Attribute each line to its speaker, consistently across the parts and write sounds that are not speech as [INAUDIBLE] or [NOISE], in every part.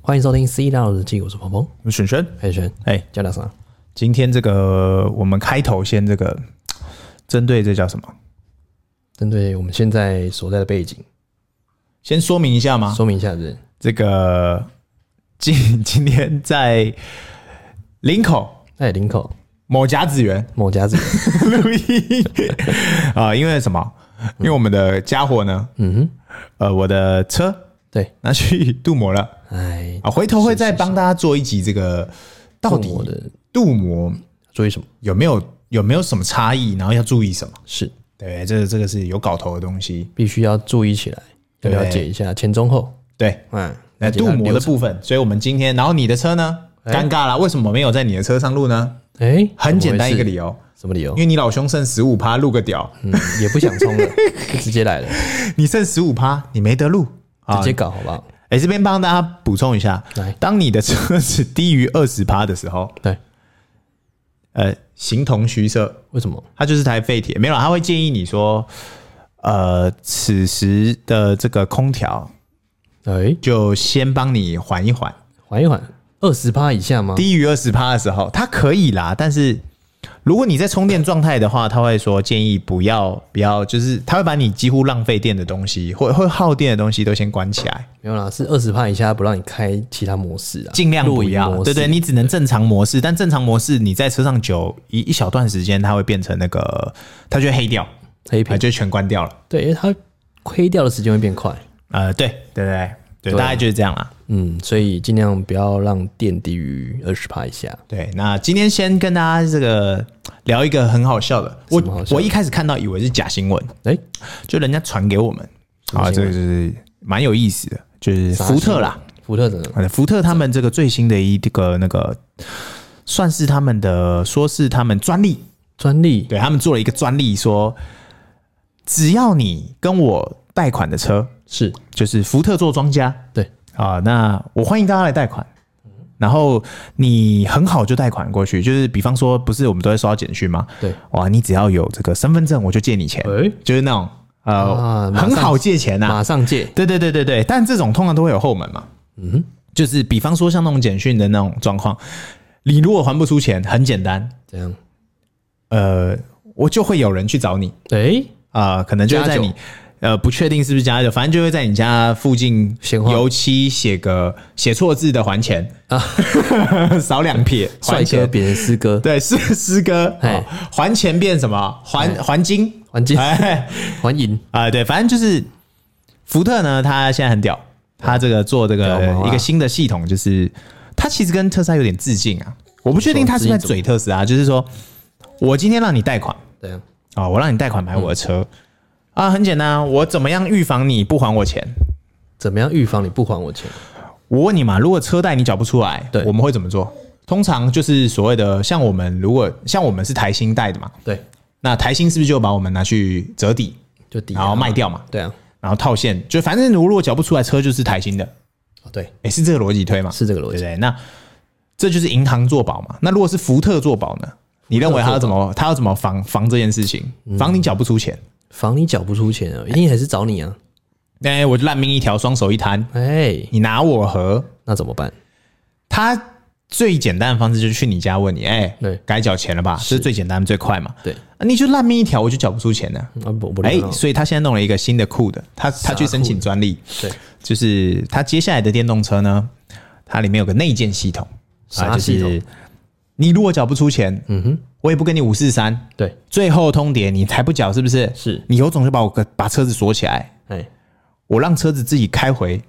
Speaker 1: 欢迎收听《C 大佬日记》，我是鹏鹏，
Speaker 2: 我是璇璇，
Speaker 1: 海轩，
Speaker 2: 哎、
Speaker 1: 加大啥？
Speaker 2: 今天这个我们开头先这个针对这叫什么？
Speaker 1: 针对我们现在所在的背景，
Speaker 2: 先说明一下吗？
Speaker 1: 说明一下人
Speaker 2: 这个今今天在林口
Speaker 1: 在哎林口
Speaker 2: 某甲子园 [LAUGHS]
Speaker 1: 某家子，
Speaker 2: 录音啊、因为什么？因为我们的家伙呢，
Speaker 1: 嗯
Speaker 2: 呃，我的车
Speaker 1: 对，
Speaker 2: 拿去镀膜了
Speaker 1: 哼，哎，
Speaker 2: 啊，回头会再帮大家做一集这个到底
Speaker 1: 我的
Speaker 2: 镀膜
Speaker 1: 注意什么？
Speaker 2: 有没有有没有什么差异，然后要注意什么？
Speaker 1: 是
Speaker 2: 对，这这个是有搞头的东西。
Speaker 1: 必须要注意起来，要
Speaker 2: 对
Speaker 1: 了解一下前中后，
Speaker 2: 对，
Speaker 1: 嗯，
Speaker 2: 来
Speaker 1: 了解它
Speaker 2: 镀膜的
Speaker 1: 流程，
Speaker 2: 部分，所以我们今天，然后你的车呢，尴尬了，为什么没有在你的车上录呢？
Speaker 1: 哎，
Speaker 2: 很简单一个
Speaker 1: 理，
Speaker 2: 理由，
Speaker 1: 什么理由
Speaker 2: 因？为你老兄剩十五趴，录个
Speaker 1: [LAUGHS]
Speaker 2: 屌，
Speaker 1: 嗯，也不想
Speaker 2: [LAUGHS]
Speaker 1: 冲了，就直接来了，
Speaker 2: 你剩十五趴，你没得录啊
Speaker 1: 直。接搞好不好？
Speaker 2: 哎，这边帮大家补充一下
Speaker 1: 来，
Speaker 2: 当你的车子低于二十趴的时候，
Speaker 1: 对，
Speaker 2: 呃，形同虚设，
Speaker 1: 为什么？
Speaker 2: 它就是台废铁，没有啦，他会建议你说，呃，此时的这个空调
Speaker 1: 哎，
Speaker 2: 就先帮你缓一缓，
Speaker 1: 缓一缓，二十趴以下吗？
Speaker 2: 低于二十趴的时候，它可以啦，但是如果你在充电状态的话，他会说建议不要不要，就是他会把你几乎浪费电的东西或会耗电的东西都先关起来，
Speaker 1: 没有啦，是二十趴以下不让你开其他模式啊，
Speaker 2: 尽量
Speaker 1: 录
Speaker 2: 不
Speaker 1: 影
Speaker 2: 要。
Speaker 1: 模
Speaker 2: 对
Speaker 1: 式
Speaker 2: 对，你只能正常模式，但正常模式你在车上久一一小段时间，它会变成那个，它就会黑掉，
Speaker 1: 黑
Speaker 2: 它
Speaker 1: 屏，
Speaker 2: 就全关掉了。
Speaker 1: 对，因为它亏掉的时间会变快，
Speaker 2: 呃，对对对对，
Speaker 1: 嗯对啊
Speaker 2: 大概就是这样啦。
Speaker 1: 嗯，所以尽量不要让电低于二十趴以下。
Speaker 2: 对，那今天先跟大家这个聊一个很好笑的，我
Speaker 1: 什么好笑的
Speaker 2: 我一开始看到以为是假新闻，
Speaker 1: 哎、
Speaker 2: 就人家传给我们啊，
Speaker 1: 新
Speaker 2: 这个就是蛮有意思的，就是福特啦，
Speaker 1: 福特怎么？
Speaker 2: 啊福特他们这个最新的一个那个，算是他们的，说是他们专利，
Speaker 1: 专利
Speaker 2: 对他们做了一个专利说只要你跟我贷款的车，
Speaker 1: 是
Speaker 2: 就是福特做庄家
Speaker 1: 对，
Speaker 2: 啊，那我欢迎大家来贷款。然后你很好就贷款过去，就是比方说，不是我们都会收到简讯吗？
Speaker 1: 对，
Speaker 2: 哇，你只要有这个身份证，我就借你钱，
Speaker 1: 哎
Speaker 2: 就是那种呃、
Speaker 1: 啊马上
Speaker 2: 很好借钱呐、
Speaker 1: 马上借，
Speaker 2: 对对对对对，但这种通常都会有后门嘛。
Speaker 1: 嗯，
Speaker 2: 就是比方说像那种简讯的那种状况，你如果还不出钱，很简单，
Speaker 1: 怎样？
Speaker 2: 呃，我就会有人去找你
Speaker 1: 哎、
Speaker 2: 啊、可能就会在
Speaker 1: 加
Speaker 2: 你
Speaker 1: 酒
Speaker 2: 呃不确定是不是家酒，反正就会在你家附近
Speaker 1: 闲话
Speaker 2: 油漆写个写错字的还钱啊， [LAUGHS] 少两撇
Speaker 1: [LAUGHS] 帅
Speaker 2: 还
Speaker 1: 哥
Speaker 2: 钱。
Speaker 1: 别人诗歌，
Speaker 2: 对，诗诗歌，
Speaker 1: 哎
Speaker 2: 哦还钱变什么？还还金，
Speaker 1: 还金
Speaker 2: 哎，
Speaker 1: 欢迎
Speaker 2: 啊、对，反正就是福特呢，它现在很屌，它这个做这
Speaker 1: 屌
Speaker 2: 个
Speaker 1: 毛啊
Speaker 2: 一个新的系统，就是它其实跟特斯拉有点致敬啊。我不确定它是在嘴特斯拉，就是说我今天让你贷款
Speaker 1: 怎样？
Speaker 2: 啊、我让你贷款买我的车、
Speaker 1: 嗯
Speaker 2: 啊，很简单啊，我怎么样预防你不还我钱？
Speaker 1: 怎么样预防你不还我钱？
Speaker 2: 我问你嘛，如果车贷你缴不出来，
Speaker 1: 对
Speaker 2: 我们会怎么做？通常就是所谓的像我们，如果像我们是台新贷的嘛，
Speaker 1: 对，
Speaker 2: 那台新是不是就把我们拿去折抵，
Speaker 1: 就抵押
Speaker 2: 然后卖掉嘛？
Speaker 1: 对啊，
Speaker 2: 然后套现，就反正如果缴不出来，车就是台新的，
Speaker 1: 哦对，
Speaker 2: 诶，是这个逻辑推嘛？
Speaker 1: 是这个逻
Speaker 2: 对不
Speaker 1: 辑。
Speaker 2: 对？那这就是银行做保嘛。那如果是福特做保呢？你认为他要怎么他要怎么防防这件事情？
Speaker 1: 嗯
Speaker 2: 防你缴不出钱？
Speaker 1: 防你缴不出钱啊，一定还是找你啊。
Speaker 2: 哎、我就烂命一条，双手一摊，
Speaker 1: 哎、
Speaker 2: 你拿我和
Speaker 1: 那怎么办？
Speaker 2: 他。最简单的方式就是去你家问你，哎、
Speaker 1: 对
Speaker 2: 该缴钱了吧？这是最简单最快嘛。
Speaker 1: 对，
Speaker 2: 啊你就烂命一条，我就缴不出钱呢。
Speaker 1: 啊不不
Speaker 2: 哎、
Speaker 1: 知道，
Speaker 2: 所以他现在弄了一个新的酷的，他
Speaker 1: 啥
Speaker 2: 他去申
Speaker 1: 酷
Speaker 2: 请专利，
Speaker 1: 对，
Speaker 2: 就是它接下来的电动车呢，它里面有个内建系统，
Speaker 1: 啥系统
Speaker 2: 啊就是你如果缴不出钱，
Speaker 1: 嗯哼，
Speaker 2: 我也不跟你五四三，
Speaker 1: 对，
Speaker 2: 最后通牒你才不缴，是不是？
Speaker 1: 是，
Speaker 2: 你有种就把我个把车子锁起来，
Speaker 1: 哎、
Speaker 2: 我让车子自己开回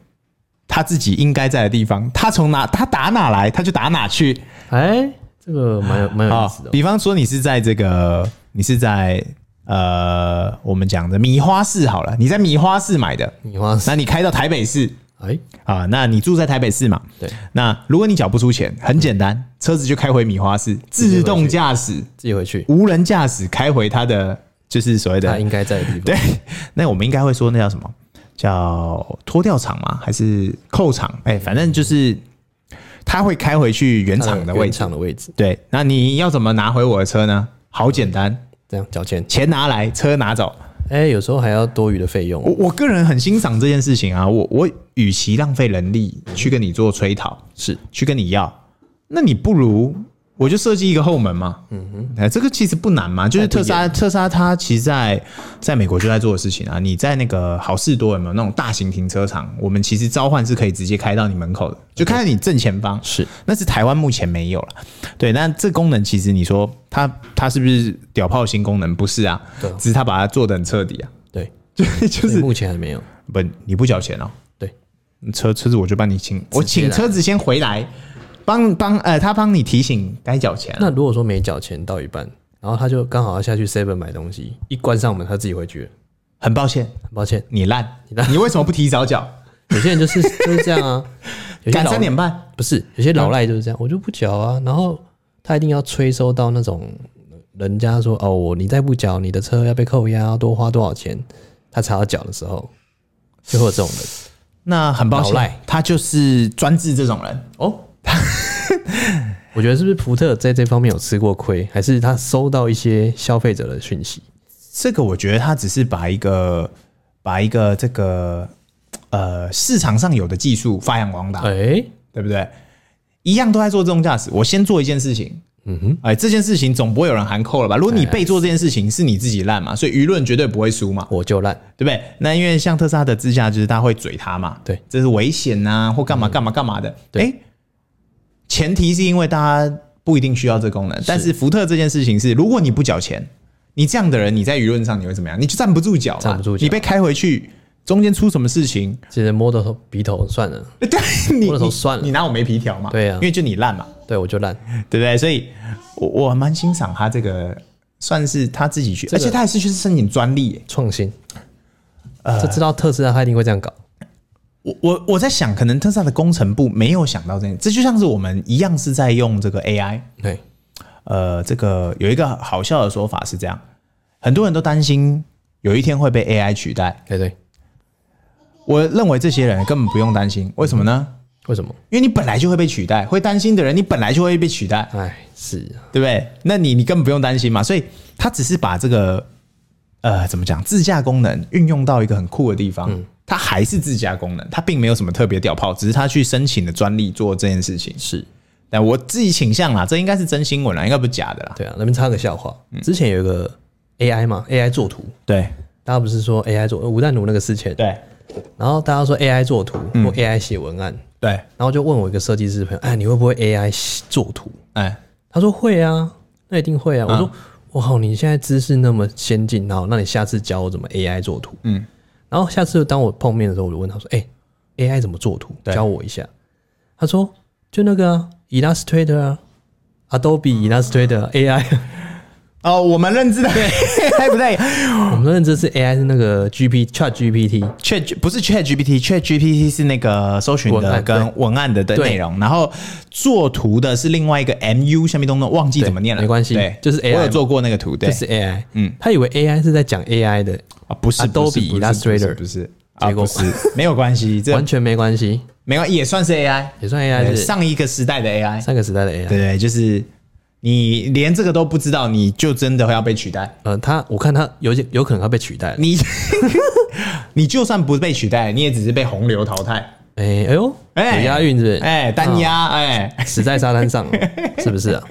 Speaker 2: 他自己应该在的地方，他从哪他打哪来，他就打哪去
Speaker 1: 哎、这个蛮有蛮有意
Speaker 2: 啊、
Speaker 1: 思的哦、
Speaker 2: 比方说你是在这个，你是在呃，我们讲的米花市好了，你在米花市买的，
Speaker 1: 你花
Speaker 2: 那你开到台北市
Speaker 1: 哎、
Speaker 2: 啊、那你住在台北市嘛？
Speaker 1: 对，
Speaker 2: 那如果你缴不出钱，很简单，车子就开回米花市，自动驾驶、
Speaker 1: 自己回去，
Speaker 2: 无人驾驶开回它的就是所谓
Speaker 1: 他
Speaker 2: 的
Speaker 1: 应该在的地方。
Speaker 2: 对。 [LAUGHS] 那我们应该会说那叫什么？叫脱掉厂吗？还是扣厂？哎、反正就是它会开回去原
Speaker 1: 它
Speaker 2: 厂的位
Speaker 1: 原
Speaker 2: 置。
Speaker 1: 厂的位置，
Speaker 2: 对，那你要怎么拿回我的车呢？好简单，
Speaker 1: 这样交钱
Speaker 2: 钱拿来，车拿走。
Speaker 1: 哎、有时候还要多余的费用啊
Speaker 2: 我，我个人很欣赏这件事情啊，我我与其浪费人力去跟你做催讨，
Speaker 1: 是
Speaker 2: 去跟你要，那你不如我就设计一个后门嘛。嗯哼，哎，这个其实不难嘛，就是特斯拉，特斯拉它其实在在美国就在做的事情啊。你在那个好事多有没有那种大型停车场？我们其实召唤是可以直接开到你门口的，就开在你正前方。
Speaker 1: 是，
Speaker 2: 那是台湾目前没有了。对，那这功能其实你说它它是不是屌炮新功能？不是啊，
Speaker 1: 对啊
Speaker 2: 只是它把它做的很彻底啊。
Speaker 1: 对，
Speaker 2: 就 [LAUGHS] 就
Speaker 1: 对
Speaker 2: 是
Speaker 1: 目前还没有，
Speaker 2: 不你不缴钱哦，
Speaker 1: 对，
Speaker 2: 车车子我就帮你请，我请车子先回来，帮帮呃，他帮你提醒该缴钱了。
Speaker 1: 那如果说没缴钱到一半，然后他就刚好要下去 Seven 买东西，一关上门他自己回去了，
Speaker 2: 很抱歉，
Speaker 1: 很抱歉，
Speaker 2: 你烂，你为什么不提早缴？
Speaker 1: 有些人就是 [LAUGHS] 就是这样啊， [LAUGHS] 有些
Speaker 2: 赶
Speaker 1: 老
Speaker 2: 三点半，
Speaker 1: 不是有些老赖就是这样，我就不缴啊，然后他一定要催收到那种人家说哦，我你再不缴，你的车要被扣押，要多花多少钱，他才要缴的时候，就会有这种人
Speaker 2: 那很抱
Speaker 1: 老
Speaker 2: 歉
Speaker 1: 赖，
Speaker 2: 他就是专制这种人。
Speaker 1: 哦。我觉得是不是福特在这方面有吃过亏，还是他收到一些消费者的讯息？
Speaker 2: 这个我觉得他只是把一个把一个这个呃市场上有的技术发扬光大，
Speaker 1: 哎、
Speaker 2: 对不对？一样都在做自动驾驶，我先做一件事情，
Speaker 1: 嗯哼，
Speaker 2: 哎，这件事情总不会有人含扣了吧？如果你被做这件事情是你自己烂嘛，所以舆论绝对不会输嘛，
Speaker 1: 我就烂。
Speaker 2: 对不对？那因为像特斯拉的自驾，就是大家会嘴他嘛，
Speaker 1: 对，嗯
Speaker 2: 这是危险呐、或干嘛干嘛干嘛的。
Speaker 1: 对
Speaker 2: 诶前提是因为大家不一定需要这功能，但是福特这件事情是，如果你不缴钱，你这样的人，你在舆论上你会怎么样？你就站不住脚嘛，
Speaker 1: 站不住脚
Speaker 2: 你被开回去，中间出什么事情， [LAUGHS]
Speaker 1: 其实摸到头鼻头算了，
Speaker 2: 对你
Speaker 1: 摸了头算了
Speaker 2: 你，你拿我没皮条嘛？
Speaker 1: 对啊
Speaker 2: 因为就你烂嘛。
Speaker 1: 对我就烂。
Speaker 2: 对不对？所以我我还蛮欣赏他这个，算是他自己去，
Speaker 1: 这个
Speaker 2: 而且他还是去申请专利耶。
Speaker 1: 创新，这知道特斯拉他一定会这样搞。
Speaker 2: 我我我在想，可能特斯拉的工程部没有想到这件，这就像是我们一样是在用这个 AI。
Speaker 1: 对，
Speaker 2: 呃，这个有一个好笑的说法是这样，很多人都担心有一天会被 AI 取代。
Speaker 1: 哎对对，
Speaker 2: 我认为这些人根本不用担心，为什么呢？
Speaker 1: 为什么？
Speaker 2: 因为你本来就会被取代，会担心的人，你本来就会被取代。
Speaker 1: 哎，是啊，
Speaker 2: 对不对？那你你根本不用担心嘛，所以他只是把这个呃怎么讲自驾功能运用到一个很酷的地方，它还是自驾功能，它并没有什么特别屌炮，只是他去申请了专利做这件事情。
Speaker 1: 是，
Speaker 2: 但我自己倾向啦，这应该是真新闻啦，应该不是假的啦。
Speaker 1: 对啊。那边插个笑话，之前有一个 AI 嘛，AI 作图，
Speaker 2: 对
Speaker 1: 大家不是说 AI 做呃吴淡如那个事件，
Speaker 2: 对
Speaker 1: 然后大家说 AI 作图或 AI 写文案，
Speaker 2: 对，
Speaker 1: 然后就问我一个设计师朋友，哎，你会不会 AI 写作图？
Speaker 2: 哎，
Speaker 1: 他说会啊，那一定会啊。
Speaker 2: 嗯
Speaker 1: 我说我靠，你现在知识那么先进，然后那你下次教我怎么 AI 做图。
Speaker 2: 嗯，
Speaker 1: 然后下次当我碰面的时候，我就问他说：“哎、a i 怎么做图？
Speaker 2: 对
Speaker 1: 教我一下。”他说：“就那个、啊、Illustrator 啊，Adobe Illustrator 啊 AI，
Speaker 2: 哦，我们认知的还不 [LAUGHS] 对
Speaker 1: [LAUGHS] 我们认知是 AI 是那个 GP Chat GPT，
Speaker 2: ，Chat 不是 Chat GPT，Chat GPT 是那个搜寻
Speaker 1: 文
Speaker 2: 的
Speaker 1: 案
Speaker 2: 跟文案的的
Speaker 1: 对
Speaker 2: 内容，然后作图的是另外一个 MU 下面东东，忘记怎么念了，
Speaker 1: 对没关系
Speaker 2: 对，
Speaker 1: 就是 AI
Speaker 2: 我有做过那个图，对
Speaker 1: 这，是 AI。
Speaker 2: 嗯，
Speaker 1: 他以为 AI 是在讲 AI 的，
Speaker 2: 啊，不是
Speaker 1: Adobe
Speaker 2: 不是不是
Speaker 1: Illustrator
Speaker 2: 不是，啊
Speaker 1: 结果
Speaker 2: 不是，没有关系，这
Speaker 1: 完全没关系，
Speaker 2: 没关也算是 AI，
Speaker 1: 也算
Speaker 2: 对
Speaker 1: AI 是
Speaker 2: 上一个时代的 AI，
Speaker 1: 三个时代的 AI。
Speaker 2: 对对，就是你连这个都不知道，你就真的会要被取代，
Speaker 1: 呃，他我看他有些有可能他被取代了。
Speaker 2: 你 [LAUGHS] 你就算不被取代，你也只是被洪流淘汰，
Speaker 1: 哎、哎呦，
Speaker 2: 哎
Speaker 1: 有押韵是不是？嗯
Speaker 2: 哎，单压，哎，
Speaker 1: 死在沙滩上，是不是啊？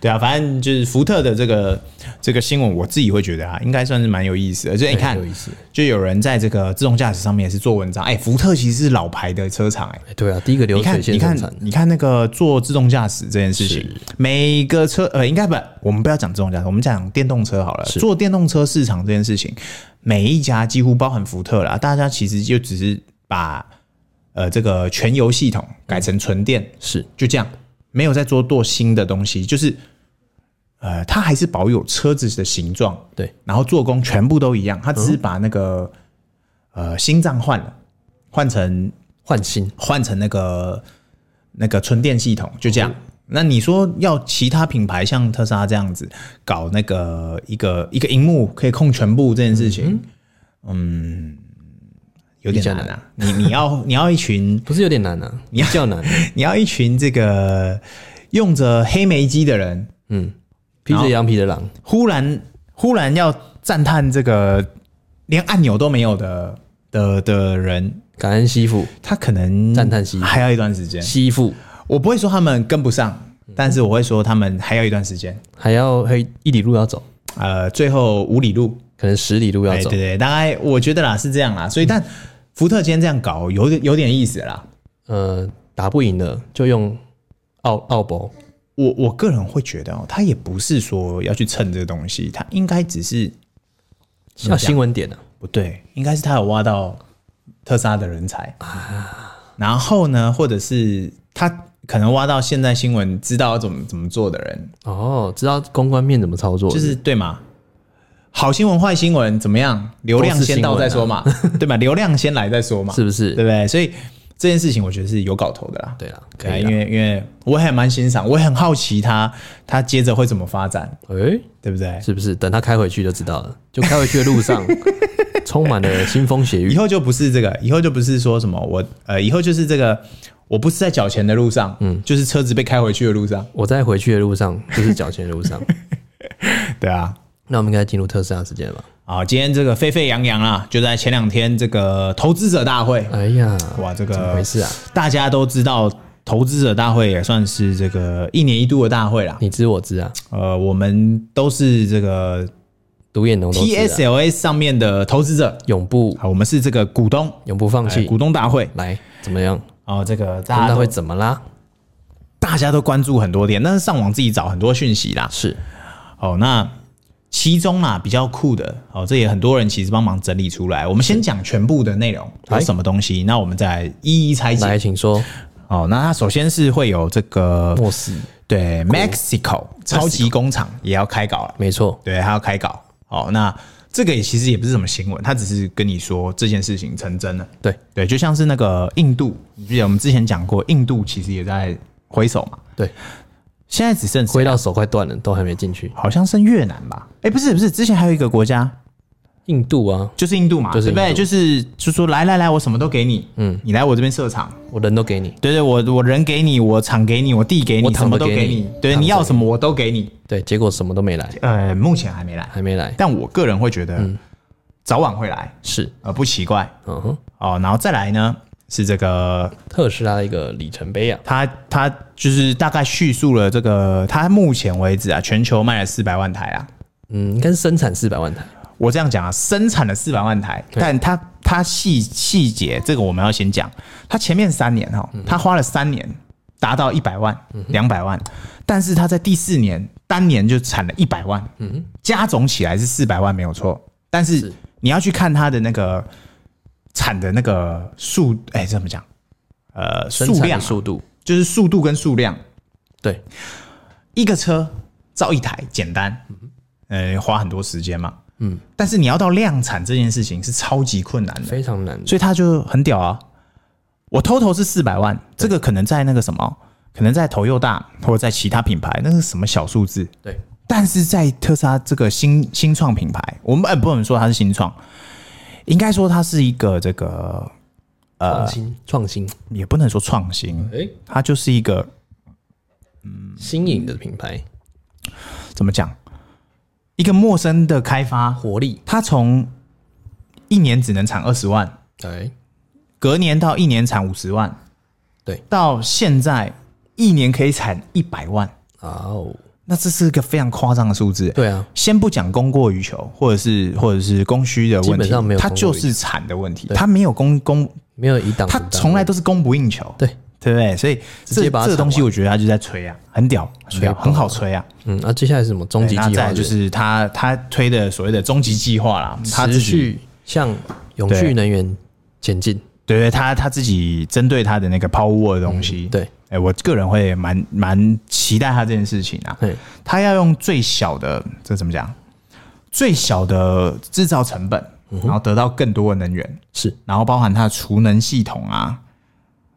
Speaker 2: 对啊，反正就是福特的这个这个新闻，我自己会觉得啊，应该算是蛮有意思的，就哎你看
Speaker 1: 有。意思。
Speaker 2: 就有人在这个自动驾驶上面也是做文章，哎、福特其实是老牌的车厂、哎，
Speaker 1: 哎对啊，第一个流
Speaker 2: 你看
Speaker 1: 水，线
Speaker 2: 你
Speaker 1: 生
Speaker 2: 看
Speaker 1: 产，，
Speaker 2: 你看那个做自动驾驶这件事情，每个车呃，应该不，我们不要讲自动驾驶，我们讲电动车好了。做电动车市场这件事情，每一家几乎包含福特啦，大家其实就只是把呃这个全油系统改成纯电，
Speaker 1: 是
Speaker 2: 就这样，没有再做做新的东西，就是呃，它还是保有车子的形状，
Speaker 1: 对，
Speaker 2: 然后做工全部都一样，它只是把那个、呃心脏换了，换成
Speaker 1: 换新
Speaker 2: 换成那个那个纯电系统，就这样。那你说要其他品牌像特斯拉这样子搞那个一个一个荧幕可以控全部这件事情，嗯，嗯有点难啊。你你要你要一群
Speaker 1: 不是有点难啊，比较
Speaker 2: [LAUGHS]
Speaker 1: 难，
Speaker 2: 你要一群这个用着黑莓机的人，
Speaker 1: 嗯，披着羊皮的狼，
Speaker 2: 忽然忽然要赞叹这个连按钮都没有的的的人，
Speaker 1: 感恩惜
Speaker 2: [LAUGHS]
Speaker 1: 福，
Speaker 2: 他可能
Speaker 1: 赞叹息
Speaker 2: 还要一段时间。
Speaker 1: 惜福
Speaker 2: 我不会说他们跟不上，
Speaker 1: 嗯
Speaker 2: 但是我会说他们还要一段时间。
Speaker 1: 还要还有一里路要走，
Speaker 2: 呃，最后五里路，
Speaker 1: 可能十里路要
Speaker 2: 哎，
Speaker 1: 走嗯
Speaker 2: 对。对，大概我觉得啦是这样啦。所以，但福特今天这样搞有点有点意思啦。
Speaker 1: 呃，打不赢了就用奥奥博，
Speaker 2: 我我个人会觉得哦，他也不是说要去蹭这个东西，他应该只是
Speaker 1: 要新闻点啊，
Speaker 2: 不对，应该是他有挖到特斯拉的人才啊。然后呢，或者是他可能挖到现在新闻知道要怎么怎么做的人，
Speaker 1: 哦，知道公关面怎么操作，
Speaker 2: 就是对嘛？好新闻、坏新闻怎么样？流量先到再说嘛， [LAUGHS] 对吧？流量先来再说嘛，
Speaker 1: 啊是不是？
Speaker 2: 对不对？所以这件事情我觉得是有搞头的啦。
Speaker 1: 对啦，
Speaker 2: 对
Speaker 1: 可
Speaker 2: 啊，
Speaker 1: 以
Speaker 2: 因
Speaker 1: 啦。
Speaker 2: 为因为我还蛮欣赏，我也很好奇他他接着会怎么发展，
Speaker 1: 诶，
Speaker 2: 对不对？
Speaker 1: 是不是？等他开回去就知道了。就开回去的路
Speaker 2: [LAUGHS]
Speaker 1: 上，充满了腥风血
Speaker 2: 以
Speaker 1: 雨。
Speaker 2: 后就不是这个，以后就不是说什么我呃，以后就是这个，我不是在缴钱的路上，嗯，就是车子被开回去的路上，
Speaker 1: 我在回去的路上， [LAUGHS] 就是脚前的路
Speaker 2: [LAUGHS]
Speaker 1: 上。
Speaker 2: 对啊。
Speaker 1: 那我们应该进入特斯拉时间了吧？
Speaker 2: 好，啊今天这个沸沸扬扬啦，就在前两天这个投资者大会，
Speaker 1: 哎呀，
Speaker 2: 哇，这
Speaker 1: 怎么回
Speaker 2: 个
Speaker 1: 事啊？
Speaker 2: 大家都知道，投资者大会也算是这个一年一度的大会啦。
Speaker 1: 你知我知啊，
Speaker 2: 呃，我们都是这个
Speaker 1: 独眼龙都知啊，
Speaker 2: TSLS 上面的投资者，啊
Speaker 1: 永不
Speaker 2: 好，我们是这个股东，
Speaker 1: 永不放
Speaker 2: 哎
Speaker 1: 弃。
Speaker 2: 股东大会
Speaker 1: 来，怎么样？
Speaker 2: 啊、这个大
Speaker 1: 那
Speaker 2: 家
Speaker 1: 会
Speaker 2: 都
Speaker 1: 怎么啦？
Speaker 2: 大家都关注很多点，但是上网自己找很多讯息啦。
Speaker 1: 是
Speaker 2: 哦，那其中啊比较酷的哦，这也很多人其实帮忙整理出来。我们先讲全部的内容有
Speaker 1: 哎
Speaker 2: 什么东西，那我们再一一拆解。
Speaker 1: 来，请说。
Speaker 2: 哦，那它首先是会有这个
Speaker 1: 莫斯，
Speaker 2: 对 Mexico 超级工厂也要开搞了，
Speaker 1: 没错，
Speaker 2: 对，它要开搞。哦，那这个也其实也不是什么新闻，它只是跟你说这件事情成真了。
Speaker 1: 对
Speaker 2: 对，就像是那个印度，你记得我们之前讲过，印度其实也在挥手嘛，
Speaker 1: 对，
Speaker 2: 现在只剩谁
Speaker 1: 挥到手快断了，都还没进去。
Speaker 2: 好像剩越南吧？哎、不是不是，之前还有一个国家
Speaker 1: 印度啊，
Speaker 2: 就是印度嘛，
Speaker 1: 就是
Speaker 2: 对不对？
Speaker 1: 印度
Speaker 2: 就是就说来来来，我什么都给你，嗯，你来我这边设厂，
Speaker 1: 我人都给你。
Speaker 2: 对对，我我人给你，我厂给你，我地给
Speaker 1: 我
Speaker 2: 你，
Speaker 1: 躺
Speaker 2: 什么
Speaker 1: 着
Speaker 2: 都
Speaker 1: 给
Speaker 2: 给
Speaker 1: 你
Speaker 2: 你，对，
Speaker 1: 躺
Speaker 2: 你
Speaker 1: 着
Speaker 2: 要什么我都给你。
Speaker 1: 对，结果什么都没来，
Speaker 2: 呃，目前还没来，
Speaker 1: 还没来。
Speaker 2: 但我个人会觉得、
Speaker 1: 嗯
Speaker 2: 早晚会来，
Speaker 1: 是，
Speaker 2: 呃，不奇怪
Speaker 1: 嗯哼，
Speaker 2: 哦。然后再来呢，是这个
Speaker 1: 特斯拉的一个里程碑啊，
Speaker 2: 他他就是大概叙述了这个，他目前为止啊，全球卖了四百万台啊，
Speaker 1: 嗯，应该是生产四百万台，
Speaker 2: 我这样讲啊，生产了四百万台，但它它细细节这个我们要先讲。它前面三年
Speaker 1: 嗯
Speaker 2: 哈，它花了三年达到一百万、两百万，但是它在第四年单年就产了一百万，
Speaker 1: 嗯
Speaker 2: 加总起来是四百万没有错。但是你要去看它的那个产的那个数，哎、怎么讲？呃，
Speaker 1: 生
Speaker 2: 数
Speaker 1: 产
Speaker 2: 量
Speaker 1: 的
Speaker 2: 啊
Speaker 1: 速度，
Speaker 2: 就是速度跟数量，
Speaker 1: 对，
Speaker 2: 一个车造一台简单，呃，花很多时间嘛，嗯，但是你要到量产这件事情是超级困难的，
Speaker 1: 非常难。
Speaker 2: 所以他就很屌啊。我 total 是四百万，这个可能在那个什么，可能在头又大或者在其他品牌，那是什么小数字，
Speaker 1: 对，
Speaker 2: 但是在特斯拉这个新新创品牌，我们呃不能说它是新创，应该说它是一个这个呃
Speaker 1: 创新，创新，
Speaker 2: 也不能说创新，
Speaker 1: 哎，
Speaker 2: 它就是一个
Speaker 1: 新颖的品牌，
Speaker 2: 怎么讲，一个陌生的开发，
Speaker 1: 活力，
Speaker 2: 它从一年只能产二十万，
Speaker 1: 哎，
Speaker 2: 隔年到一年产五十万，
Speaker 1: 对，
Speaker 2: 到现在一年可以产一百万，
Speaker 1: 哦，
Speaker 2: 那这是一个非常夸张的数字。
Speaker 1: 对啊，
Speaker 2: 先不讲供过于求，或者是或者是供需的问题，
Speaker 1: 基本上没有
Speaker 2: 它
Speaker 1: 供过于求
Speaker 2: 就是产的问题，它没有供供，
Speaker 1: 没有一档
Speaker 2: 它
Speaker 1: 不档
Speaker 2: 从来都是供不应求，
Speaker 1: 对，
Speaker 2: 对不对？所以
Speaker 1: 直接
Speaker 2: 这
Speaker 1: 把它
Speaker 2: 这个
Speaker 1: 产
Speaker 2: 东西，我觉得它就在吹啊，很屌，很
Speaker 1: 吹
Speaker 2: 屌，
Speaker 1: 爆
Speaker 2: 很好吹啊。
Speaker 1: 嗯，啊，接下来是什么？终极
Speaker 2: 对那
Speaker 1: 计
Speaker 2: 再
Speaker 1: 划
Speaker 2: 来就是他他推的所谓的终极计划啦，他自
Speaker 1: 持
Speaker 2: 己
Speaker 1: 续向永续能源前进，
Speaker 2: 对对，他他自己针对他的那个 Power 的东西，
Speaker 1: 对，
Speaker 2: 哎、我个人会蛮蛮期待他这件事情啊。
Speaker 1: 哎，
Speaker 2: 他要用最小的这怎么讲？最小的制造成本，然后得到更多的能源，
Speaker 1: 是
Speaker 2: 然后包含它的储能系统啊，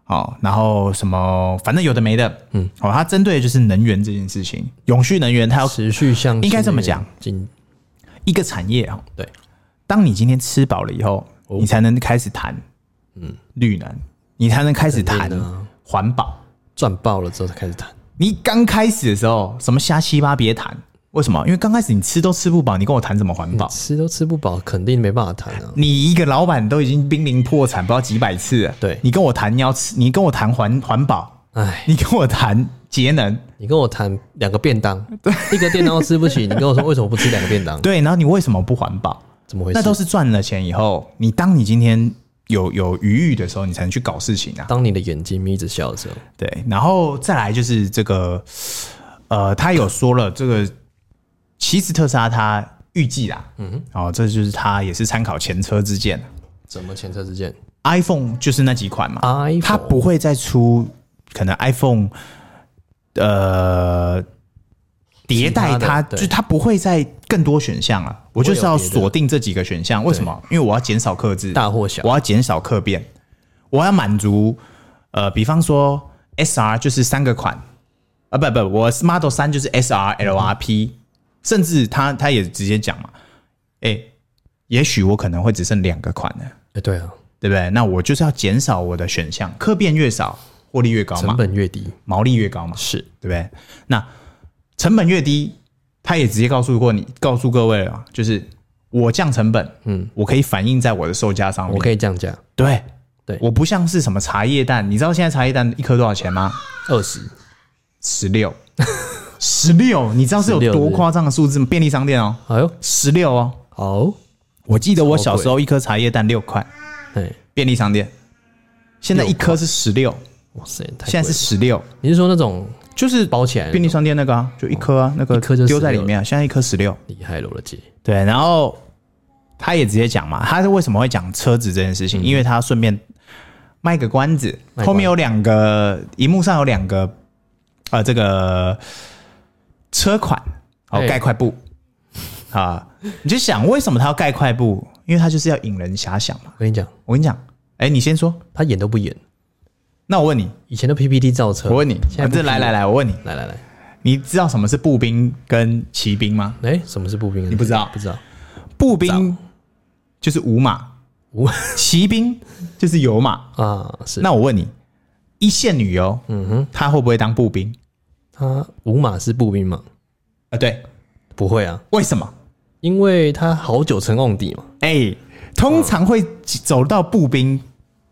Speaker 2: 哦，然后什么反正有的没的，嗯，哦，它针对的就是能源这件事情，永续能源，它要
Speaker 1: 持续向
Speaker 2: 应该这么
Speaker 1: 新能源进，
Speaker 2: 一个产业哦，
Speaker 1: 对，
Speaker 2: 当你今天吃饱了以后，
Speaker 1: 哦
Speaker 2: 你才能开始谈，嗯，绿能，你才能开始谈
Speaker 1: 肯定的啊
Speaker 2: 环保。
Speaker 1: 赚爆了之后才开始谈，
Speaker 2: 你刚开始的时候，什么瞎七八别谈，为什么？因为刚开始你吃都吃不饱，你跟我谈什么环保？
Speaker 1: 吃都吃不饱，肯定没办法谈啊。
Speaker 2: 你一个老板都已经濒临破产，不知道几百次了。
Speaker 1: 对
Speaker 2: 你跟我谈你要吃，你跟我谈环环保，
Speaker 1: 哎，
Speaker 2: 你跟我谈节能，
Speaker 1: 你跟我谈两个便当，一个便当都吃
Speaker 2: [LAUGHS]
Speaker 1: 不起，你跟我说为什么不吃两个便当？
Speaker 2: 对，然后你为什么不环保？
Speaker 1: 怎么回事？
Speaker 2: 那都是赚了钱以后，你当你今天有有余裕的时候，你才能去搞事情啊。
Speaker 1: 当你的眼睛眯着笑的时候，
Speaker 2: 对，然后再来就是这个，呃，他有说了，这个其实特斯拉他预计啦，嗯，哦，这就是他也是参考前车之鉴
Speaker 1: 怎么前车之鉴？
Speaker 2: ，iPhone 就是那几款嘛，
Speaker 1: iPhone
Speaker 2: 它不会再出可能 iPhone，呃，迭代
Speaker 1: 其他的
Speaker 2: 它，
Speaker 1: 对
Speaker 2: 就它不会再更多选项了。我就是要
Speaker 1: 不会有别的
Speaker 2: 锁定这几个选项，为什么？因为我要减少克制，
Speaker 1: 大或小
Speaker 2: 我要减少客变，我要满足呃，比方说 SR 就是三个款啊，不不，我 Model 三就是 SR、LRP，甚至他他也直接讲嘛，哎、也许我可能会只剩两个款了。
Speaker 1: 哎、对啊，
Speaker 2: 对不对？那我就是要减少我的选项，客变越少，获利越高
Speaker 1: 成
Speaker 2: 嘛，
Speaker 1: 本越低
Speaker 2: 毛利越高嘛，
Speaker 1: 是
Speaker 2: 对不对？那成本越低，他也直接告诉过你，告诉各位了，就是我降成本，嗯，我可以反映在我的售价上
Speaker 1: 我
Speaker 2: 面。
Speaker 1: 可以降价
Speaker 2: 对，
Speaker 1: 对
Speaker 2: 我不像是什么茶叶蛋，你知道现在茶叶蛋一颗多少钱吗？
Speaker 1: 二十，
Speaker 2: 十 [LAUGHS] 六，十六，你知道是有
Speaker 1: 16
Speaker 2: 多
Speaker 1: 是
Speaker 2: 夸张的数字吗？便利商店哦，
Speaker 1: 哎呦，
Speaker 2: 十六哦，
Speaker 1: 好，
Speaker 2: 我记得我
Speaker 1: 超贵
Speaker 2: 小时候一颗茶叶蛋六块，
Speaker 1: 哎，
Speaker 2: 便利商店，现在一颗是十六。
Speaker 1: 哇塞，太贵了
Speaker 2: 现在是十六，
Speaker 1: 你是说那种
Speaker 2: 就是
Speaker 1: 包起来哦
Speaker 2: 便利商店那个啊，就一颗啊，那个
Speaker 1: 一颗就
Speaker 2: 丢在
Speaker 1: 16
Speaker 2: 里面啊，现在一颗十六。
Speaker 1: 厉害了，我的姐，
Speaker 2: 对，然后他也直接讲嘛，他是为什么会讲车子这件事情？因为他顺便卖个关子，
Speaker 1: 嗯卖关子
Speaker 2: 后面有两个，荧幕上有两个，呃，这个车款，哦，
Speaker 1: 哎
Speaker 2: 盖块布 [LAUGHS] 啊，你就想为什么他要盖块布？因为他就是要引人遐想嘛。
Speaker 1: 我跟你讲，
Speaker 2: 我跟你讲，哎，你先说，
Speaker 1: 他演都不演，
Speaker 2: 那我问你，
Speaker 1: 以前的 PPT 造车，
Speaker 2: 我问你，
Speaker 1: 现在
Speaker 2: 啊
Speaker 1: 不
Speaker 2: 这来
Speaker 1: 批
Speaker 2: 来
Speaker 1: 了
Speaker 2: 来，我问你，
Speaker 1: 来来来，
Speaker 2: 你知道什么是步兵跟骑兵吗？
Speaker 1: 哎、什么是步兵？
Speaker 2: 你不知道
Speaker 1: 不知道，
Speaker 2: 步兵就是无马，
Speaker 1: 无
Speaker 2: 骑兵 [LAUGHS] 就是有马。
Speaker 1: 啊，是
Speaker 2: 那我问你，一线女优，嗯哼，她会不会当步兵
Speaker 1: 他五马是步兵吗？
Speaker 2: 啊？对，
Speaker 1: 不会啊，
Speaker 2: 为什么？
Speaker 1: 因为他好久成瓮底嘛，
Speaker 2: 哎、通常会走到步兵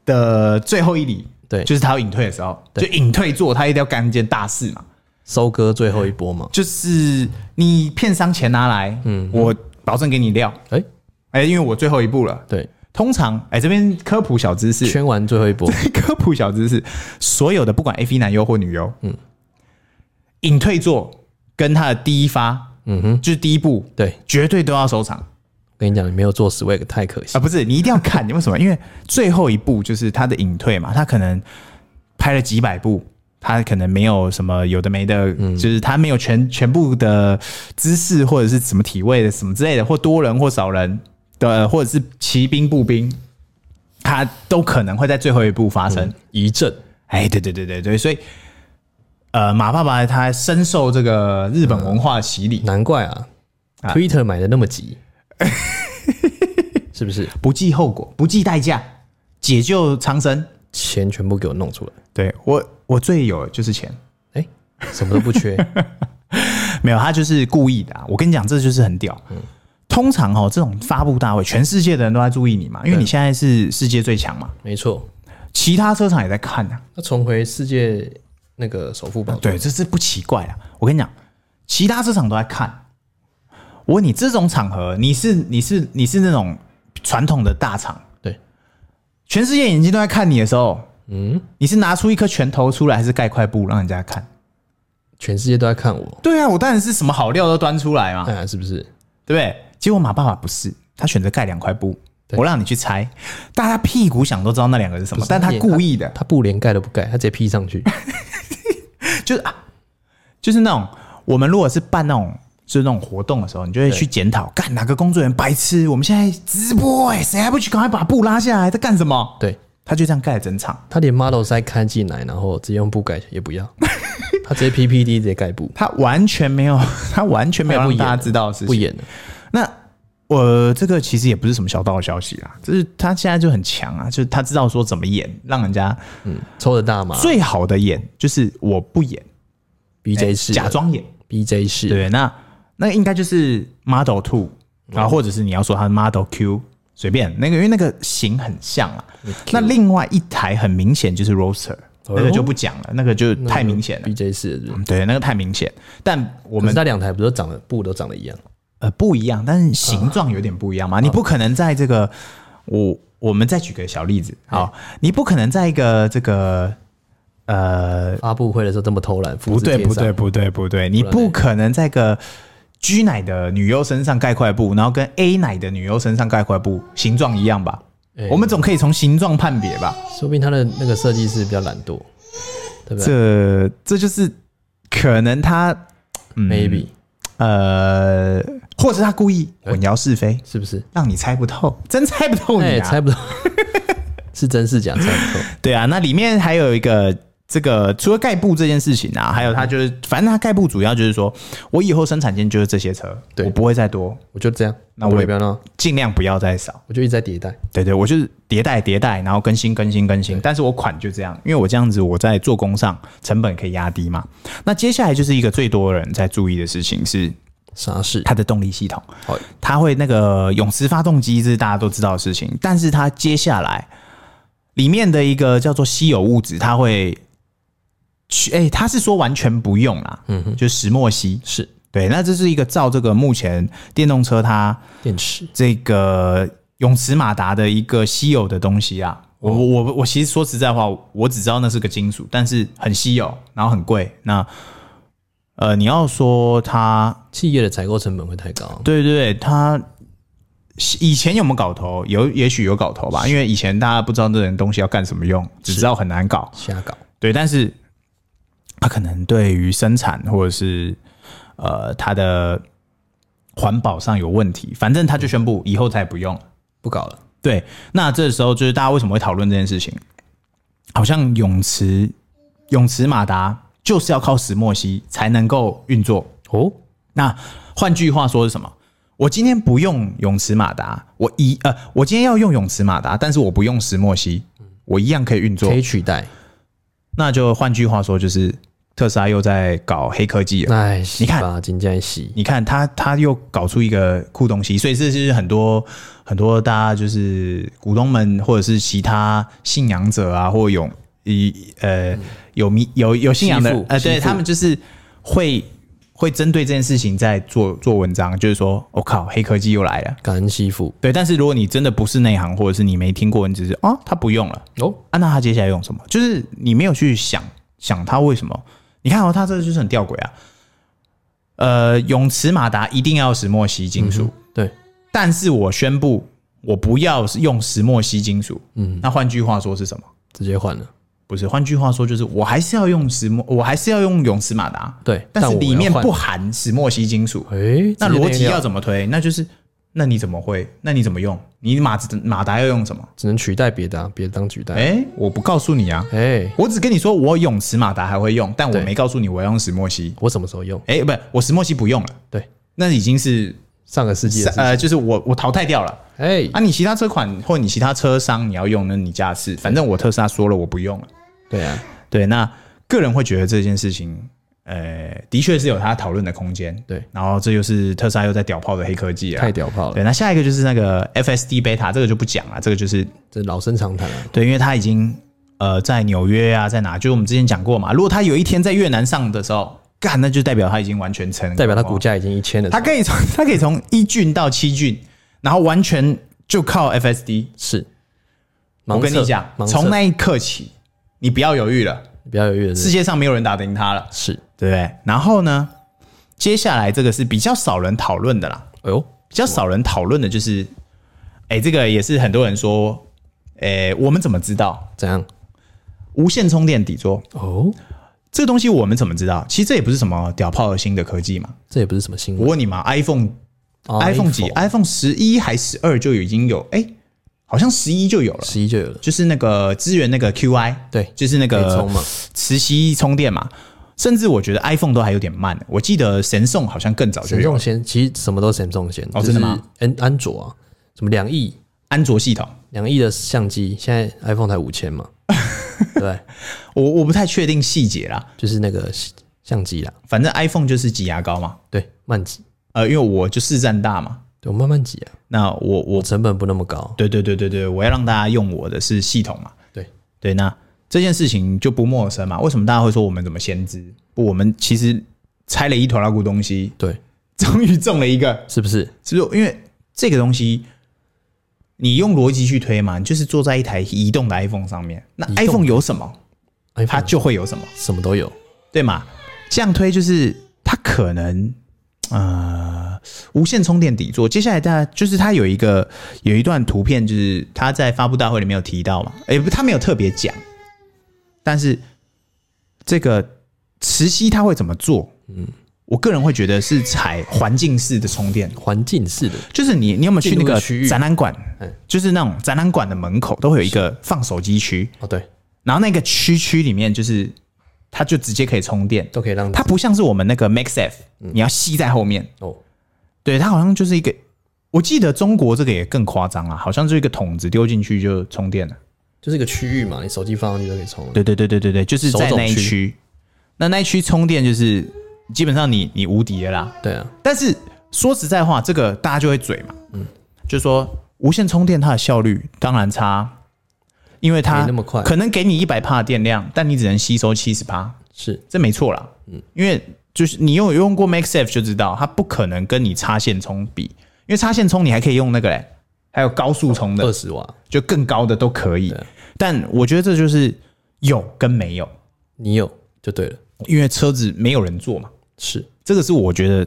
Speaker 2: 的最后一里，
Speaker 1: 对
Speaker 2: 就是他要隐退的时候，就隐退做，他一定要干一件大事嘛。
Speaker 1: 收割最后一波嘛，
Speaker 2: 就是你片商钱拿来，嗯，我保证给你料，
Speaker 1: 哎、
Speaker 2: 哎、因为我最后一步了。
Speaker 1: 对，
Speaker 2: 通常，哎、这边科普小知识，
Speaker 1: 圈完最后一
Speaker 2: [LAUGHS]
Speaker 1: 波，
Speaker 2: 科普小知识：所有的不管 A V 男优或女优，嗯，隐退座跟他的第一发，
Speaker 1: 嗯哼，
Speaker 2: 就是第一步，
Speaker 1: 对，
Speaker 2: 绝对都要收场
Speaker 1: 我跟你讲，你没有做 swag 太可惜
Speaker 2: 啊！，不是，你一定要
Speaker 1: [LAUGHS]
Speaker 2: 看，为什么？因为最后一步就是他的隐退嘛，他可能拍了几百部。他可能没有什么有的没的，
Speaker 1: 嗯
Speaker 2: 就是他没有全全部的姿势或者是什么体位的什么之类的，或多人或少人的，或者是骑兵步兵，他都可能会在最后一步发生。
Speaker 1: 一阵
Speaker 2: 哎，对对对对对，所以呃，马爸爸他深受这个日本文化洗礼，
Speaker 1: 难怪啊，Twitter 买的那么急， [LAUGHS] 是不是？
Speaker 2: 不计后果，不计代价，解救苍生。
Speaker 1: 钱全部给我弄出来，
Speaker 2: 对我，我最有的就是钱，
Speaker 1: 哎、什么都不
Speaker 2: [LAUGHS]
Speaker 1: 缺，
Speaker 2: 没有他就是故意的、啊。我跟你讲，这就是很屌。通常哦，这种发布大会，全世界的人都在注意你嘛，因为你现在是世界最强嘛，
Speaker 1: 没错。
Speaker 2: 其他车厂也在看啊。
Speaker 1: 那重回世界那个首富宝座，
Speaker 2: 对，这是不奇怪啊。我跟你讲，其他市场都在看。我问你，这种场合，你是你是你是那种传统的大厂，
Speaker 1: 对，
Speaker 2: 全世界眼睛都在看你的时候，
Speaker 1: 嗯，
Speaker 2: 你是拿出一颗拳头出来，还是盖块布让人家看？
Speaker 1: 全世界都在看我，
Speaker 2: 对啊，我当然是什么好料都端出来嘛，
Speaker 1: 哎、是不是？
Speaker 2: 对不对？结果马爸爸不是，他选择盖两块布。
Speaker 1: 对
Speaker 2: 我让你去猜，大家屁股想都知道那两个是什么，
Speaker 1: 是
Speaker 2: 哦但他
Speaker 1: 也
Speaker 2: 故意的，
Speaker 1: 他不连盖都不盖，他直接 P 上
Speaker 2: [LAUGHS]
Speaker 1: 去，
Speaker 2: 就是啊，就是那种我们如果是办那种就是那种活动的时候，你就会去检讨，干哪个工作人员白痴？我们现在直播哎、谁还不去赶快把布拉下来？在干什么？
Speaker 1: 对
Speaker 2: 他就这样盖了整场，
Speaker 1: 他连 model 塞开进来，然后直接用布盖也不
Speaker 2: [LAUGHS]
Speaker 1: 要，他直接 PPT 直接盖布，
Speaker 2: 他完全没有， [LAUGHS] 他完全没有
Speaker 1: 他也不
Speaker 2: 让
Speaker 1: 演
Speaker 2: 大家知道的事情。
Speaker 1: 不演了，
Speaker 2: 那我这个其实也不是什么小道消息啦，就是他现在就很强啊，就是他知道说怎么演，让人家
Speaker 1: 嗯，抽着大麻
Speaker 2: 最好的演就是我不演，
Speaker 1: ，BJ 式
Speaker 2: 哎假装演。
Speaker 1: BJ 式，
Speaker 2: 对，那那应该就是 Model Two，然后或者是你要说它是 Model Q，随便那个，因为那个型很像啊。那另外一台很明显就是 Roadster，那个就不讲哦了，那个就太明显了。
Speaker 1: BJ 四，是不是
Speaker 2: 对，那个太明显。但我
Speaker 1: 可
Speaker 2: 们
Speaker 1: 是它两台不都长得布都长得一样？
Speaker 2: 呃不一样，但是形状有点不一样嘛。你不可能在这个我我们再举个小例子，好，你不可能在一个这个呃
Speaker 1: 发布会的时候这么偷懒，
Speaker 2: 不
Speaker 1: 复制
Speaker 2: 对
Speaker 1: 贴
Speaker 2: 不对
Speaker 1: 上，
Speaker 2: 不对不对，你
Speaker 1: 然嘞
Speaker 2: 不可能在一个。G 奶的女优身上盖块布，然后跟 A 奶的女优身上盖块布，形状一样吧？
Speaker 1: 哎
Speaker 2: 我们总可以从形状判别吧？
Speaker 1: 说不定它的那个设计师比较懒惰，对不对
Speaker 2: 这这就是可能他嗯
Speaker 1: ？Maybe
Speaker 2: 呃，或者他故意混淆是非，
Speaker 1: 是不是？
Speaker 2: 让你猜不透，真猜不透你
Speaker 1: 哎，
Speaker 2: 啊！
Speaker 1: 猜不透， [LAUGHS] 是真是假猜不透。
Speaker 2: 对啊，那里面还有一个这个，除了盖布这件事情啊，还有它就是，反正它盖布主要就是说，我以后生产线就是这些车，
Speaker 1: 对
Speaker 2: 我不会再多，
Speaker 1: 我就这样，
Speaker 2: 那我也
Speaker 1: 也不要闹，
Speaker 2: 尽量不要再少。
Speaker 1: 我就一直在迭代。
Speaker 2: 对对，我就是迭代迭代，然后更新更新更新，但是我款就这样，因为我这样子我在做工上成本可以压低嘛。那接下来就是一个最多人在注意的事情是
Speaker 1: 啥事？
Speaker 2: 它的动力系统，
Speaker 1: 好，
Speaker 2: 它会那个永磁发动机，这是大家都知道的事情。但是它接下来里面的一个叫做稀有物质，它会去，哎、它是说完全不用啦，嗯哼，就石墨烯。
Speaker 1: 是
Speaker 2: 对，那这是一个照这个目前电动车它
Speaker 1: 电池，
Speaker 2: 这个永磁马达的一个稀有的东西啊。我我我我其实说实在话，我只知道那是个金属，但是很稀有，然后很贵。那呃，你要说它
Speaker 1: 企业的采购成本会太高。
Speaker 2: 对对对，他以前有没有搞头？有，也许有搞头吧，因为以前大家不知道这种东西要干什么用，只知道很难搞。
Speaker 1: 瞎搞，
Speaker 2: 对，但是他可能对于生产或者是呃它的环保上有问题，反正他就宣布以后再也不用了。
Speaker 1: 不搞了。
Speaker 2: 对，那这时候就是大家为什么会讨论这件事情？好像泳池泳池马达就是要靠石墨烯才能够运作，
Speaker 1: 哦，
Speaker 2: 那换句话说是什么？我今天不用泳池马达，我一呃，我今天要用泳池马达，但是我不用石墨烯，我一样可以运作
Speaker 1: 可。以取代。
Speaker 2: 那就换句话说，就是特斯拉又在搞黑科技了。
Speaker 1: 哎，
Speaker 2: 你看
Speaker 1: 吧，金匠洗，
Speaker 2: 你看他，他又搞出一个酷东西，所以这是很多很多大家就是股东们或者是其他信仰者啊，或有以呃有迷有有信仰的
Speaker 1: 吸附
Speaker 2: 呃，对
Speaker 1: 吸附
Speaker 2: 他们就是会会针对这件事情在做做文章，就是说，我、靠，黑科技又来了。
Speaker 1: 感恩媳妇
Speaker 2: 对，但是如果你真的不是内行，或者是你没听过，你只是啊，他不用了
Speaker 1: 哦，
Speaker 2: 啊，那他接下来用什么？就是你没有去想想他为什么。你看哦，他这就是很吊诡啊。呃，永磁马达一定要石墨烯金属，
Speaker 1: 对，
Speaker 2: 但是我宣布我不要用石墨烯金属。嗯，那换句话说是什么？
Speaker 1: 直接换了，
Speaker 2: 不是，换句话说就是我还是要用石墨，我还是要用永磁马达，
Speaker 1: 对，
Speaker 2: 但是
Speaker 1: 我要
Speaker 2: 里面
Speaker 1: 换
Speaker 2: 不，含石墨烯金属。
Speaker 1: 哎，
Speaker 2: 那
Speaker 1: 直接
Speaker 2: 逻
Speaker 1: 内
Speaker 2: 辑
Speaker 1: 料
Speaker 2: 要怎么推？那就是，那你怎么会？那你怎么用？你马子马达要用什么？
Speaker 1: 只能取代别的啊，别的当取
Speaker 2: 哎、
Speaker 1: 代。
Speaker 2: 我不告诉你啊，
Speaker 1: 哎，
Speaker 2: 我只跟你说我泳池马达还会用，但我
Speaker 1: 对
Speaker 2: 没告诉你我要用石墨烯。
Speaker 1: 我什么时候用？
Speaker 2: 哎、不，我石墨烯不用了，
Speaker 1: 对，
Speaker 2: 那已经是
Speaker 1: 上个世纪的事。
Speaker 2: 呃，就是我我淘汰掉了
Speaker 1: 哎，
Speaker 2: 啊。你其他车款或你其他车商你要用，那你家的事。反正我特斯拉说了我不用了。
Speaker 1: 对啊，
Speaker 2: 对，那个人会觉得这件事情，呃，的确是有他讨论的空间。
Speaker 1: 对，
Speaker 2: 然后这就是特斯拉又在屌炮的黑科技啊。
Speaker 1: 太屌炮了，
Speaker 2: 对，那下一个就是那个 FSD Beta，这个就不讲了，这个就是
Speaker 1: 这老生常谈啊。
Speaker 2: 对，因为它已经呃在纽约啊，在哪，就是我们之前讲过嘛，如果它有一天在越南上的时候，干，那就代表它已经完全成功了，
Speaker 1: 代表它股价已经一千了，
Speaker 2: 它可以从它可以从一郡到七郡，然后完全就靠 FSD。
Speaker 1: 是。
Speaker 2: 我跟
Speaker 1: 盲测
Speaker 2: 你讲
Speaker 1: 盲，测
Speaker 2: 从那一刻起，你不要犹豫了，
Speaker 1: 不要有越
Speaker 2: 世界上没有人打得赢它了，
Speaker 1: 是，
Speaker 2: 对不对？然后呢，接下来这个是比较少人讨论的啦，
Speaker 1: 哎呦，
Speaker 2: 比较少人讨论的就是，哎、这个也是很多人说，哎、我们怎么知道
Speaker 1: 怎样？
Speaker 2: 无线充电底座
Speaker 1: 哦，
Speaker 2: 这个东西？我们怎么知道？其实这也不是什么屌炮的新的科技嘛。
Speaker 1: 这也不是什么新
Speaker 2: 我
Speaker 1: 闻。
Speaker 2: 问你嘛，iPhone、
Speaker 1: 哦
Speaker 2: iPhone 几？iPhone 啊十一还十二就已经有，哎、好像十一就有了，
Speaker 1: 十一就有了，
Speaker 2: 就是那个支援那个 QI，
Speaker 1: 对
Speaker 2: 就是那
Speaker 1: 可以
Speaker 2: 个
Speaker 1: 充嘛
Speaker 2: 磁吸充电嘛。甚至我觉得 iPhone 都还有点慢，我记得神送好像更早就
Speaker 1: 神
Speaker 2: 有
Speaker 1: 送
Speaker 2: 了
Speaker 1: 先，其实什么都是 Samsung 先，
Speaker 2: 哦
Speaker 1: 就是
Speaker 2: 真的吗
Speaker 1: 安安卓啊，什么两亿
Speaker 2: 安卓系统。
Speaker 1: 两亿的相机，现在 iPhone 才五千
Speaker 2: [LAUGHS]
Speaker 1: 嘛，对，
Speaker 2: 我我不太确定细节啦，
Speaker 1: 就是那个相机啦，
Speaker 2: 反正 iPhone 就是挤牙膏嘛。
Speaker 1: 对，慢机
Speaker 2: 呃，因为我就市占大嘛，
Speaker 1: 对我慢慢挤啊，
Speaker 2: 那我我
Speaker 1: 我成本不那么高，
Speaker 2: 对对对对对，我要让大家用我的是系统嘛，
Speaker 1: 对
Speaker 2: 对，那这件事情就不陌生嘛。为什么大家会说我们怎么先知？不，我们其实拆了一头拉骨东西，
Speaker 1: 对，
Speaker 2: 终于中了一个，
Speaker 1: 是不是？
Speaker 2: 是不是？因为这个东西，你用逻辑去推嘛，你就是坐在一台移动的 iPhone 上面，那
Speaker 1: 移动的
Speaker 2: iPhone 有什么，
Speaker 1: 哎，
Speaker 2: 它
Speaker 1: 它
Speaker 2: 就会有什么，
Speaker 1: 什么都有，
Speaker 2: 对吗？这样推就是它可能。呃，无线充电底座。接下来大家就是它有一个有一段图片，就是他在发布大会里面有提到嘛，诶，不，他没有特别讲，但是这个磁吸它会怎么做？嗯，我个人会觉得是采环境式的充电，
Speaker 1: 环境式的，
Speaker 2: 就是你你有没有去那
Speaker 1: 进入
Speaker 2: 个
Speaker 1: 的区域
Speaker 2: 展览馆
Speaker 1: 嗯？
Speaker 2: 就是那种展览馆的门口都会有一个放手机区，
Speaker 1: 哦，对，
Speaker 2: 然后那个区区里面就是它就直接可以充电，
Speaker 1: 都可以让
Speaker 2: 它不像是我们那个 MaxF，你要吸在后面，
Speaker 1: 哦，
Speaker 2: 对，它好像就是一个，我记得中国这个也更夸张啊，好像是一个桶子丢进去就充电了。
Speaker 1: 就是一个区域嘛，你手机放上去就可以充了，
Speaker 2: 对对对对对对，就是在那一
Speaker 1: 手冢
Speaker 2: 区，那那一区充电就是基本上你你无敌了啦。
Speaker 1: 对啊，
Speaker 2: 但是说实在话，这个大家就会嘴嘛，嗯，就说无线充电它的效率当然差，因为它
Speaker 1: 没那么快
Speaker 2: 可能给你一百帕的电量，但你只能吸收七十帕，
Speaker 1: 是
Speaker 2: 这没错啦，嗯，因为就是你有用过 MaxF 就知道，它不可能跟你插线充比，因为插线充你还可以用那个嘞，还有高速充的
Speaker 1: 二，十瓦，
Speaker 2: 就更高的都可以。但我觉得这就是有跟没有，
Speaker 1: 你有就对了，
Speaker 2: 因为车子没有人坐嘛，
Speaker 1: 是
Speaker 2: 这个是我觉得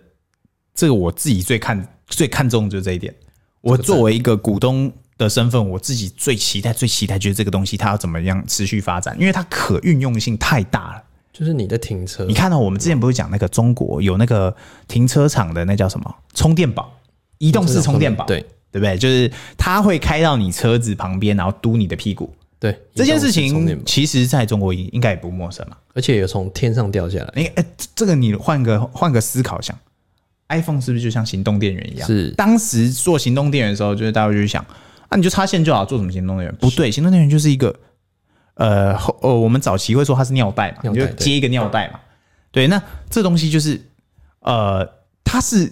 Speaker 2: 这个我自己最看最看重的就是这一点。我作为一个股东的身份，我自己最期待、最期待就是这个东西它要怎么样持续发展，因为它可运用性太大了。
Speaker 1: 就是你在停车
Speaker 2: 你，看到、我们之前不是讲那个中国有那个停车场的那叫什么充电宝，移动式充电宝，
Speaker 1: 对
Speaker 2: 对不对？就是它会开到你车子旁边，然后嘟你的屁股。
Speaker 1: 对，
Speaker 2: 这件事
Speaker 1: 移动式充电
Speaker 2: 情
Speaker 1: 宝
Speaker 2: 其实在中国应该也不陌生嘛。
Speaker 1: 而且有从天上掉下来，
Speaker 2: 你、哎，这这个你换个换个思考想，iPhone 是不是就像行动电源一样？
Speaker 1: 是
Speaker 2: 当时做行动电源的时候，就是大家就去想，啊，你就插线就好，做什么行动电源？不对，行动电源就是一个，呃，后呃，我们早期会说它是尿袋嘛，
Speaker 1: 尿
Speaker 2: 你
Speaker 1: 袋
Speaker 2: 就接一个尿袋嘛。对，那这东西就是，呃，它是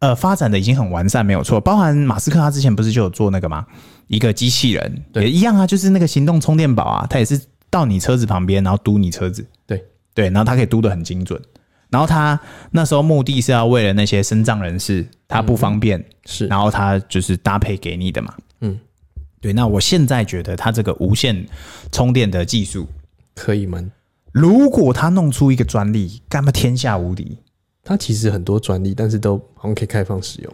Speaker 2: 呃发展的已经很完善，没有错。包含马斯克他之前不是就有做那个吗？一个机器人
Speaker 1: 对
Speaker 2: 也一样啊，就是那个行动充电宝啊，它也是到你车子旁边，然后嘟你车子。
Speaker 1: 对，
Speaker 2: 对，然后他可以嘟得很精准。然后他那时候目的是要为了那些身障人士，他不方便，
Speaker 1: 嗯是
Speaker 2: 然后他就是搭配给你的嘛。
Speaker 1: 嗯，
Speaker 2: 对。那我现在觉得他这个无线充电的技术，
Speaker 1: 可以吗？
Speaker 2: 如果他弄出一个专利，干嘛天下无敌？
Speaker 1: 它其实很多专利，但是都好像可以开放使用，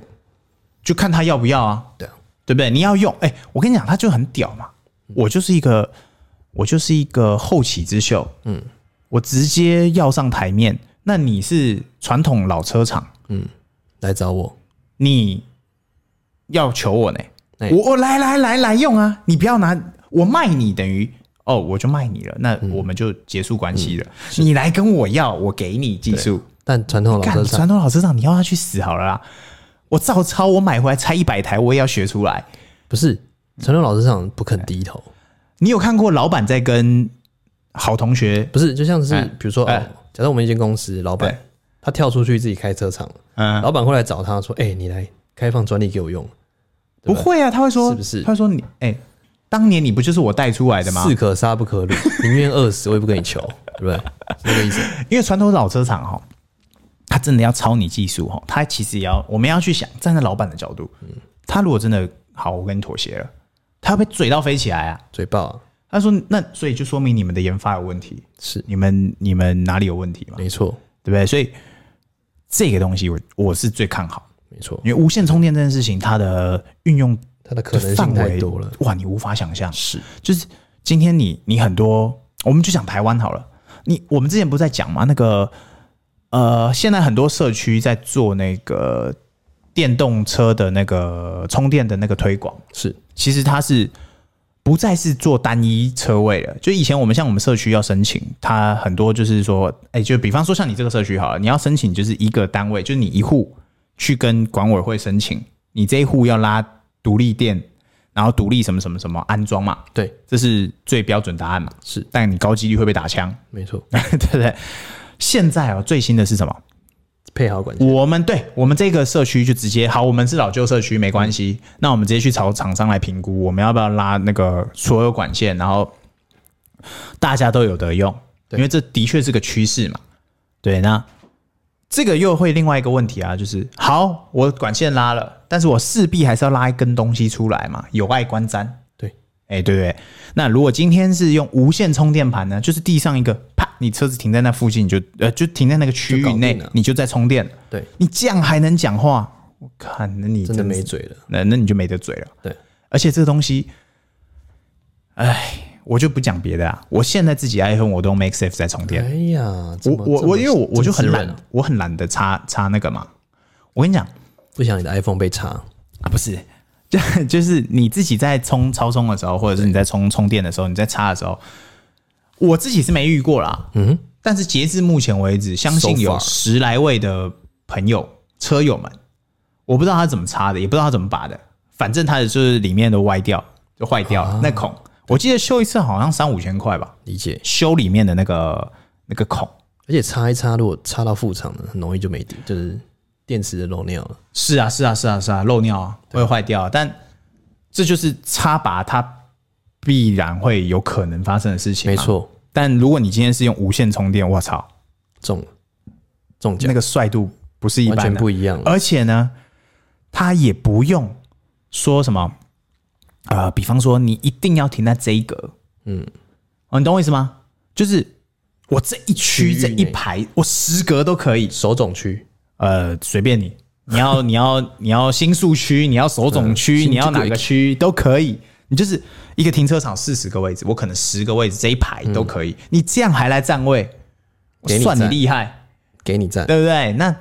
Speaker 2: 就看他要不要啊，
Speaker 1: 对啊，嗯
Speaker 2: 对不对？你要用，哎、我跟你讲，他就很屌嘛。我就是一个，我就是一个后起之秀，嗯，我直接要上台面。那你是传统老车厂，
Speaker 1: 来找我，
Speaker 2: 你要求我呢？
Speaker 1: 哎
Speaker 2: 我我来来来来用啊！你不要拿我卖你，等于哦，我就卖你了，那
Speaker 1: 嗯
Speaker 2: 我们就结束关系了。你来跟我要，我给你技术。
Speaker 1: 但传统老
Speaker 2: 干
Speaker 1: 车厂
Speaker 2: 传统老车厂，你要他去死好了啦！我照抄，我买回来拆一百台，我也要学出来。
Speaker 1: 不是传统老师厂不肯低头，
Speaker 2: 你有看过老板在跟好同学？
Speaker 1: 不是就像是
Speaker 2: 哎
Speaker 1: 比如说，哦
Speaker 2: 哎，
Speaker 1: 假设我们一间公司老板
Speaker 2: 对
Speaker 1: 他跳出去自己开车厂了，
Speaker 2: 嗯，
Speaker 1: 老板会来找他说，哎，你来开放专利给我用，
Speaker 2: 不会啊，他会说，
Speaker 1: 是不是
Speaker 2: 他会说你，哎、当年你不就是我带出来的吗？
Speaker 1: 士可杀不可
Speaker 2: [LAUGHS]
Speaker 1: 辱，宁愿饿死我也不跟你求，对不对？是这个意思。
Speaker 2: 因为传统老车厂哈，他真的要抄你技术哈，他其实也要我们要去想，站在老板的角度，他如果真的好，我跟你妥协了，他会被嘴到飞起来啊。
Speaker 1: 嘴爆啊
Speaker 2: 他说：“那所以就说明你们的研发有问题，
Speaker 1: 是
Speaker 2: 你们你们哪里有问题嘛？对
Speaker 1: 没错，
Speaker 2: 不对？所以这个东西我我是最看好，
Speaker 1: 没错，
Speaker 2: 因为无线充电这件事情，它的运用
Speaker 1: 它的可
Speaker 2: 的
Speaker 1: 能
Speaker 2: 范
Speaker 1: 性太
Speaker 2: 围
Speaker 1: 多了。，
Speaker 2: 哇，你无法想象。
Speaker 1: 是
Speaker 2: 就是今天你你很多，我们就讲台湾好了。你我们之前不是在讲嘛，那个呃，现在很多社区在做那个电动车的那个充电的那个推广，
Speaker 1: 是，
Speaker 2: 其实它是不再是做单一车位了。就以前我们像我们社区要申请，它很多就是说，哎、就比方说像你这个社区好了，你要申请就是一个单位，就是你一户去跟管委会申请，你这一户要拉独立电，然后独立什么什么什么安装嘛，
Speaker 1: 对，
Speaker 2: 这是最标准答案嘛？
Speaker 1: 是，
Speaker 2: 但你高几率会被打枪， [LAUGHS]
Speaker 1: 没错，
Speaker 2: 对不对？现在哦，最新的是什么？
Speaker 1: 配好管线。
Speaker 2: 我们对我们这个社区就直接好，我们是老旧社区，没关系。那我们直接去找厂商来评估，我们要不要拉那个所有管线，然后大家都有得用，因
Speaker 1: 对
Speaker 2: 为这的确是个趋势嘛。对，那这个又会另外一个问题啊，就是好，我管线拉了，但是我势必还是要拉一根东西出来嘛，有碍观瞻。
Speaker 1: 对，
Speaker 2: 哎、对不对？那如果今天是用无线充电盘呢，就是地上一个啪，你车子停在那附近，你就呃就停在那个区
Speaker 1: 就搞
Speaker 2: 域
Speaker 1: 定
Speaker 2: 内
Speaker 1: 了，
Speaker 2: 你就在充电。
Speaker 1: 对，
Speaker 2: 你这样还能讲话？我看那你
Speaker 1: 真的
Speaker 2: 是
Speaker 1: 没，嘴了。
Speaker 2: 那那你就没得嘴了。
Speaker 1: 对，
Speaker 2: 而且这个东西，哎，我就不讲别的啊，我现在自己 iPhone 我都用 MakeSafe 在充电。
Speaker 1: 哎呀，怎
Speaker 2: 我
Speaker 1: 么
Speaker 2: 我
Speaker 1: 这
Speaker 2: 我
Speaker 1: 么
Speaker 2: 因为我我就很
Speaker 1: 真
Speaker 2: 懒
Speaker 1: 实人，
Speaker 2: 我很懒得插插那个嘛。我跟你讲
Speaker 1: 不想你的 iPhone 被查。
Speaker 2: 啊，不是，就就是你自己在充超充的时候，或者是你在充充电的时候，你在插的时候，我自己是没遇过啦。
Speaker 1: 嗯，
Speaker 2: 但是截至目前为止，相信
Speaker 1: So
Speaker 2: 有
Speaker 1: far
Speaker 2: 十来位的朋友车友们，我不知道他怎么插的，也不知道他怎么拔的，反正他的就是里面的歪掉，就坏掉了、
Speaker 1: 啊
Speaker 2: 那孔。我记得修一次好像三五千块吧，
Speaker 1: 理解。
Speaker 2: 修里面的那个那个孔。
Speaker 1: 而且插一插，如果插到副厂的，很容易就没电，就是电池的漏尿了。
Speaker 2: 是啊，是啊，是啊，是啊，漏尿啊，会坏掉啊、但这就是插拔它必然会有可能发生的事情。啊
Speaker 1: 没，错，
Speaker 2: 但如果你今天是用无线充电，我操，
Speaker 1: 中了中奖
Speaker 2: 那，个帅度不是一般
Speaker 1: 完
Speaker 2: 的，
Speaker 1: 全不一样了。
Speaker 2: 而且呢，它也不用说什么，呃，比方说你一定要停在这一格，嗯，哦，你懂我意思吗？就是我这一
Speaker 1: 区
Speaker 2: 区
Speaker 1: 域
Speaker 2: 这一
Speaker 1: 内
Speaker 2: 排，我十格都可以，
Speaker 1: 手冢区
Speaker 2: 呃，随便你，你
Speaker 1: [LAUGHS]
Speaker 2: 要你要你要新宿区，你要首总区，
Speaker 1: 呃新
Speaker 2: 你要哪
Speaker 1: 宿
Speaker 2: 个区都可以。你就是一个停车场四十个位置，我可能十个位置这一排都可以。你这样还来占位，
Speaker 1: 嗯
Speaker 2: 我
Speaker 1: 给你
Speaker 2: 算你
Speaker 1: 占
Speaker 2: 厉害，
Speaker 1: 给你赞，
Speaker 2: 对不对？那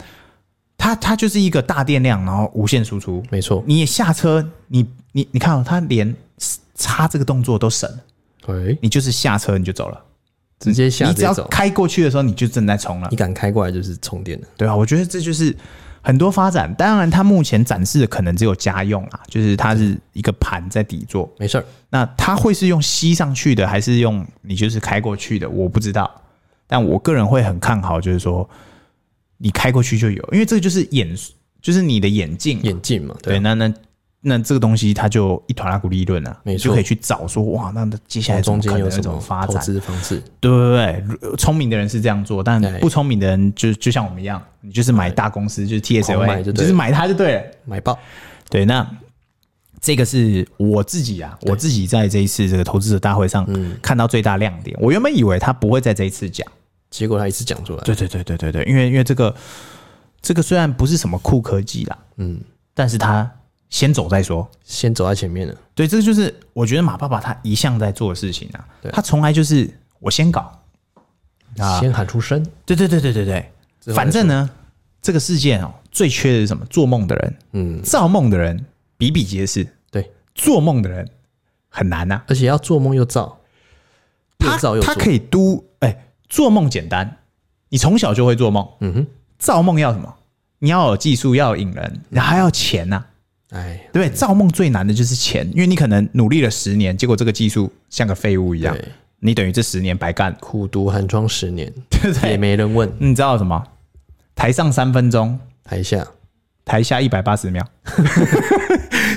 Speaker 2: 它它就是一个大电量，然后无线输出。
Speaker 1: 没错。
Speaker 2: 你也下车，你你你看哦，它连插这个动作都省，
Speaker 1: 哎，
Speaker 2: 你就是下车你就走了，
Speaker 1: 直接下
Speaker 2: 你
Speaker 1: 直
Speaker 2: 只
Speaker 1: 接
Speaker 2: 要
Speaker 1: 走，
Speaker 2: 开过去的时候你就正在冲了
Speaker 1: 你。敢开过来就是充电的。
Speaker 2: 对啊，我觉得这就是很多发展。当然，它目前展示的可能只有家用啊，就是它是一个盘在底座。
Speaker 1: 没事儿，
Speaker 2: 那它会是用吸上去的，还是用你就是开过去的？我不知道。但我个人会很看好，就是说你开过去就有，因为这个就是眼，就是你的眼镜嘛。
Speaker 1: 眼镜嘛，
Speaker 2: 对，
Speaker 1: 对，
Speaker 2: 那那那这个东西它就一团拉股利润啊，
Speaker 1: 没
Speaker 2: 你
Speaker 1: 错
Speaker 2: 就可以去找说哇，那那接下来怎么
Speaker 1: 中间
Speaker 2: 可能
Speaker 1: 有
Speaker 2: 有
Speaker 1: 什
Speaker 2: 怎么
Speaker 1: 么
Speaker 2: 发
Speaker 1: 投
Speaker 2: 展？
Speaker 1: 资方式？
Speaker 2: 对对对对，聪明的人是这样做，但
Speaker 1: 对
Speaker 2: 不聪明的人就就像我们一样，你就是买大公司，就是 T S
Speaker 1: 狂
Speaker 2: A，
Speaker 1: 买
Speaker 2: 你
Speaker 1: 就对了
Speaker 2: 就是买它就对了。
Speaker 1: 买爆，
Speaker 2: 对，那这个是我自己啊，我自己在这一次这个投资者大会上看到最大亮点。我原本以为他不会在这一次讲，
Speaker 1: 结果他一次讲出来，
Speaker 2: 对对对对对对，因为因为这个这个虽然不是什么酷科技啦，嗯，但是他先走再说。
Speaker 1: 先走在前面了，
Speaker 2: 对，这就是我觉得马爸爸他一向在做的事情啊，他从来就是我先搞，啊
Speaker 1: 先喊出声，
Speaker 2: 对对对对对对，
Speaker 1: 后再
Speaker 2: 反正呢，这个世界哦，最缺的是什么？做梦的人，
Speaker 1: 嗯，
Speaker 2: 造梦的人比比皆是，
Speaker 1: 对，
Speaker 2: 做梦的人很难呐、
Speaker 1: 而且要做梦又造，又
Speaker 2: 他
Speaker 1: 造又
Speaker 2: 他
Speaker 1: 做，
Speaker 2: 可以都哎，做梦简单，你从小就会做梦，
Speaker 1: 嗯哼，
Speaker 2: 造梦要什么？你要有技术，要有引人，然后还要钱呐、
Speaker 1: 哎，
Speaker 2: 对不对？造梦最难的就是钱，因为你可能努力了十年，结果这个技术像个废物一样
Speaker 1: 对，
Speaker 2: 你等于这十年白干，
Speaker 1: 苦读寒窗十年，
Speaker 2: 对不
Speaker 1: 也
Speaker 2: [LAUGHS] 对？
Speaker 1: 没人问，
Speaker 2: 你知道什么？台上三分钟，
Speaker 1: 台下
Speaker 2: 台下一百八十
Speaker 1: [LAUGHS]
Speaker 2: 秒，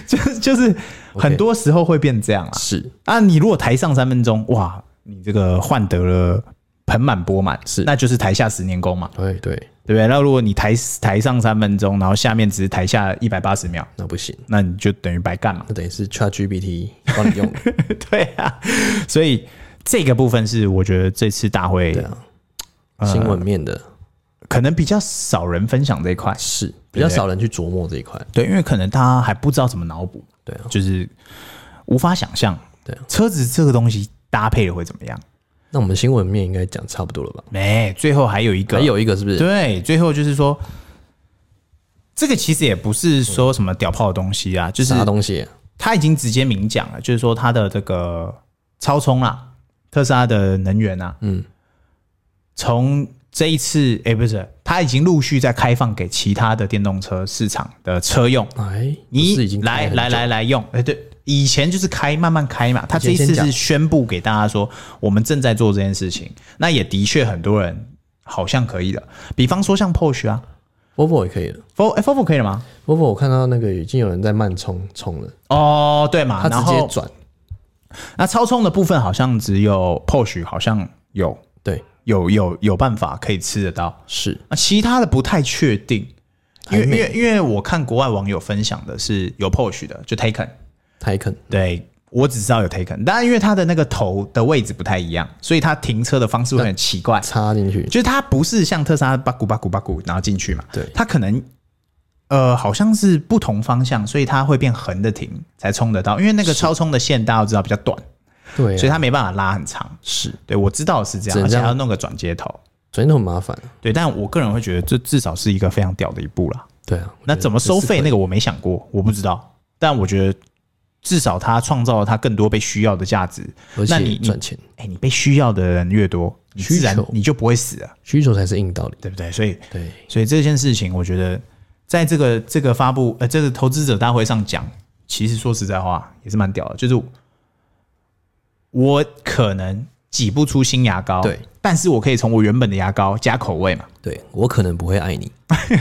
Speaker 2: 就是就是很多时候会变这样啊。
Speaker 1: 是
Speaker 2: 啊，你如果台上三分钟，哇，你这个换得了盆满钵满，
Speaker 1: 是
Speaker 2: 那就是台下十年功嘛，
Speaker 1: 对哎对，
Speaker 2: 对不对？那如果你台台上三分钟，然后下面只是台下一百八十秒，
Speaker 1: 那不行，
Speaker 2: 那你就等于白
Speaker 1: [LAUGHS]。
Speaker 2: 干嘛
Speaker 1: 那等于是 ChatGPT 帮你用
Speaker 2: [LAUGHS]
Speaker 1: 的，
Speaker 2: 对啊，所以这个部分是我觉得这次大会
Speaker 1: 对啊，新闻面的
Speaker 2: 可能比较少人分享这一块，
Speaker 1: 是比较少人去琢磨这一块，
Speaker 2: 对，因为可能大家还不知道怎么脑补，
Speaker 1: 对啊，
Speaker 2: 就是无法想象，
Speaker 1: 对啊
Speaker 2: 车子这个东西搭配了会怎么样？
Speaker 1: 那我们新闻面应该讲差不多了吧？
Speaker 2: 没、最后还有一个，
Speaker 1: 还有一个是不是？
Speaker 2: 啊对，最后就是说，这个其实也不是说什么屌炮的东西啊，就是
Speaker 1: 啥东西啊？
Speaker 2: 他已经直接明讲了，就是说它的这个超充啦，特斯拉的能源啊，
Speaker 1: 嗯，
Speaker 2: 从这一次，哎、不是，它已经陆续在开放给其他的电动车市场的车用，
Speaker 1: 哎，
Speaker 2: 你
Speaker 1: 不是已经开
Speaker 2: 来
Speaker 1: 很久
Speaker 2: 来来来用，哎、对。以前就是开慢慢开嘛，他这一次
Speaker 1: 先讲
Speaker 2: 是宣布给大家说，我们正在做这件事情。那也的确很多人好像可以了，比方说像 Porsche 啊，
Speaker 1: Volvo 也可以了
Speaker 2: f o r f o r 可以了吗？
Speaker 1: ，Volvo 我看到那个已经有人在慢冲冲了，
Speaker 2: 哦，对嘛，
Speaker 1: 他
Speaker 2: 然
Speaker 1: 直接
Speaker 2: 后
Speaker 1: 转，
Speaker 2: 那超充的部分好像只有 Porsche 好像有
Speaker 1: 对，
Speaker 2: 有有有办法可以吃得到，
Speaker 1: 是
Speaker 2: 啊，其他的不太确定，因
Speaker 1: 还
Speaker 2: 为因
Speaker 1: 没
Speaker 2: 为因为我看国外网友分享的是有 Porsche 的，就 Taken，
Speaker 1: Taycan
Speaker 2: 对我只知道有 Taken，当然因为它的那个头的位置不太一样，所以它停车的方式会很奇怪，
Speaker 1: 插进去，
Speaker 2: 就是它不是像特斯拉巴古巴古巴古然后进去嘛，
Speaker 1: 对
Speaker 2: 它可能。呃，好像是不同方向，所以它会变横的停才冲得到，因为那个超冲的线大家都知道比较短，
Speaker 1: 对
Speaker 2: 所以
Speaker 1: 啊，
Speaker 2: 它没办法拉很长。
Speaker 1: 是，
Speaker 2: 对我知道是这样，
Speaker 1: 只能
Speaker 2: 而且
Speaker 1: 这
Speaker 2: 还
Speaker 1: 样
Speaker 2: 要弄个转接头。
Speaker 1: 所以那很麻烦，
Speaker 2: 对，但我个人会觉得这至少是一个非常屌的一步啦。
Speaker 1: 对啊，
Speaker 2: 那怎么收费那个我没想过，我不知道。但我觉得至少它创造了它更多被需要的价值。
Speaker 1: 而
Speaker 2: 那你
Speaker 1: 且
Speaker 2: 你
Speaker 1: 赚钱
Speaker 2: 哎、你被需要的人越多，你
Speaker 1: 需
Speaker 2: 自然
Speaker 1: 求
Speaker 2: 你就不会死啊，
Speaker 1: 需求才是硬道理，
Speaker 2: 对不对？所以
Speaker 1: 对，
Speaker 2: 所以这件事情，我觉得在这个这个发布呃这个投资者大会上讲，其实说实在话也是蛮屌的，就是我可能挤不出新牙膏，
Speaker 1: 对，
Speaker 2: 但是我可以从我原本的牙膏加口味嘛。 [LAUGHS]
Speaker 1: 对我可能不会爱你，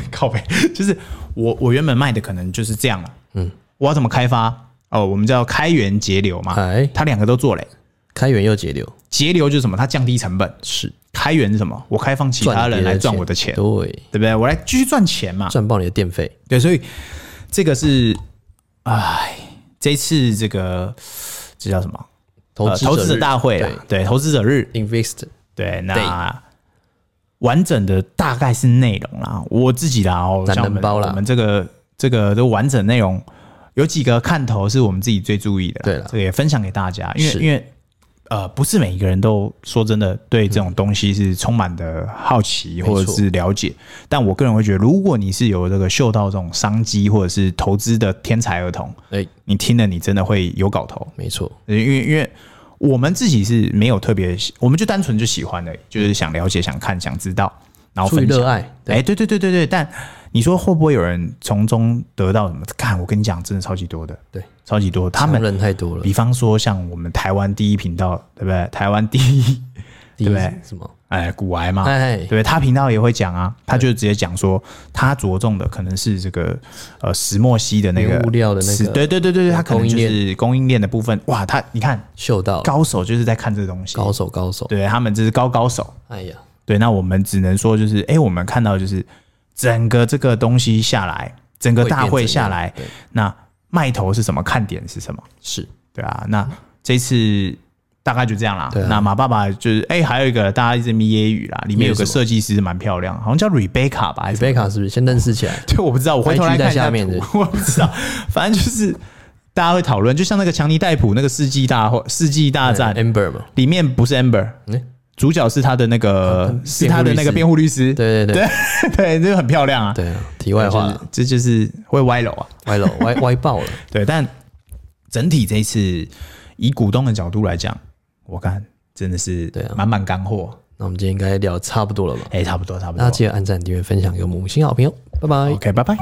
Speaker 2: 靠背，就是我我原本卖的可能就是这样了。嗯，我要怎么开发？哦，我们叫开源节流嘛。
Speaker 1: 哎
Speaker 2: 它两个都做嘞。
Speaker 1: 开源又节流，
Speaker 2: 节流就是什么？它降低成本。
Speaker 1: 是
Speaker 2: 开源是什么？我开放其他
Speaker 1: 赚别
Speaker 2: 人
Speaker 1: 人
Speaker 2: 来赚
Speaker 1: 钱
Speaker 2: 我的钱，啊
Speaker 1: 对，
Speaker 2: 对不对？我来继续赚钱嘛。
Speaker 1: 赚爆你的电费，
Speaker 2: 对，所以这个是，哎，这次这个这叫什么？
Speaker 1: 投
Speaker 2: 呃
Speaker 1: 资
Speaker 2: 投资者大会啦，对，投资者日，
Speaker 1: ，invest
Speaker 2: 对，那完整的大概是内容啦，我自己啦，哦，
Speaker 1: 懒
Speaker 2: 像我
Speaker 1: 人
Speaker 2: 们
Speaker 1: 包啦
Speaker 2: 我们这个这个的完整内容有几个看头是我们自己最注意的啦，
Speaker 1: 对啦
Speaker 2: 这个也分享给大家，因为
Speaker 1: 是
Speaker 2: 因为呃，不是每一个人都说真的对这种东西是充满的好奇
Speaker 1: 错
Speaker 2: 或者是了解，但我个人会觉得，如果你是有这个嗅到这种商机或者是投资的天才儿童，
Speaker 1: 哎，
Speaker 2: 你听了你真的会有搞头，
Speaker 1: 没错，
Speaker 2: 因为因为我们自己是没有特别喜，我们就单纯就喜欢的，就是想了解、想看、想知道，然后
Speaker 1: 出于
Speaker 2: 分享
Speaker 1: 热。爱，
Speaker 2: 哎、对对对对对，但你说会不会有人从中得到什么？看，我跟你讲，真的超级多的，
Speaker 1: 对，
Speaker 2: 超级多。他
Speaker 1: 他们
Speaker 2: 们
Speaker 1: 人太多了
Speaker 2: 比，方说像我们台湾第一频道，对不对？台湾第一，
Speaker 1: 第一
Speaker 2: 对不对
Speaker 1: 什么？
Speaker 2: 哎，古癌嘛，
Speaker 1: 哎
Speaker 2: 对，不对？他频道也会讲啊，他就直接讲说，他着重的可能是这个呃石墨烯的那个
Speaker 1: 原物料的那个
Speaker 2: 石对对对对，
Speaker 1: 对
Speaker 2: 他可能
Speaker 1: 供应
Speaker 2: 就
Speaker 1: 链
Speaker 2: 是供应链的部分。哇，他你看
Speaker 1: 嗅到了
Speaker 2: 高手就是在看这东西，
Speaker 1: 高手高手，
Speaker 2: 对他们这是高高手。
Speaker 1: 哎呀，
Speaker 2: 对，那我们只能说就是，哎、我们看到就是整个这个东西下来，整个大会下来
Speaker 1: 会变怎样，
Speaker 2: 那卖头是什么，看点是什么，
Speaker 1: 是
Speaker 2: 对啊，那这次。大概就这样啦。
Speaker 1: 对啊
Speaker 2: 那马爸爸就是哎、还有一个大家一直迷耶语啦，里面有个
Speaker 1: 什么
Speaker 2: 设计师蛮漂亮，好像叫 Rebecca 吧还是什么
Speaker 1: Rebecca 是不是先认识起
Speaker 2: [LAUGHS]
Speaker 1: 来？
Speaker 2: 对，我不知道，我回头来
Speaker 1: IG
Speaker 2: 看
Speaker 1: 在下面
Speaker 2: 的
Speaker 1: 的，
Speaker 2: [LAUGHS] 我不知道，反正就是大家会讨论，就像那个强尼戴普那个世纪大会、世纪大战、
Speaker 1: Amber 嘛，
Speaker 2: 里面不是 Amber，、
Speaker 1: 嗯
Speaker 2: 主角是他的那
Speaker 1: 哦
Speaker 2: 个是他的那个辩
Speaker 1: 辩
Speaker 2: 护律师，
Speaker 1: 对对对
Speaker 2: [LAUGHS] 对，这个很漂亮啊。
Speaker 1: 对啊，题外话了，
Speaker 2: 就是这就是会歪楼啊。
Speaker 1: 歪了歪歪爆了，
Speaker 2: 对，但整体这一次以股东的角度来讲，我看真的是
Speaker 1: 对啊
Speaker 2: 满满干货。
Speaker 1: 那我们今天应该聊得差不多了吧？
Speaker 2: 哎、差不多，差不
Speaker 1: 大家
Speaker 2: 多。
Speaker 1: 记得按赞、订阅、分享给我们五星好评哦，拜拜。
Speaker 2: OK，拜拜。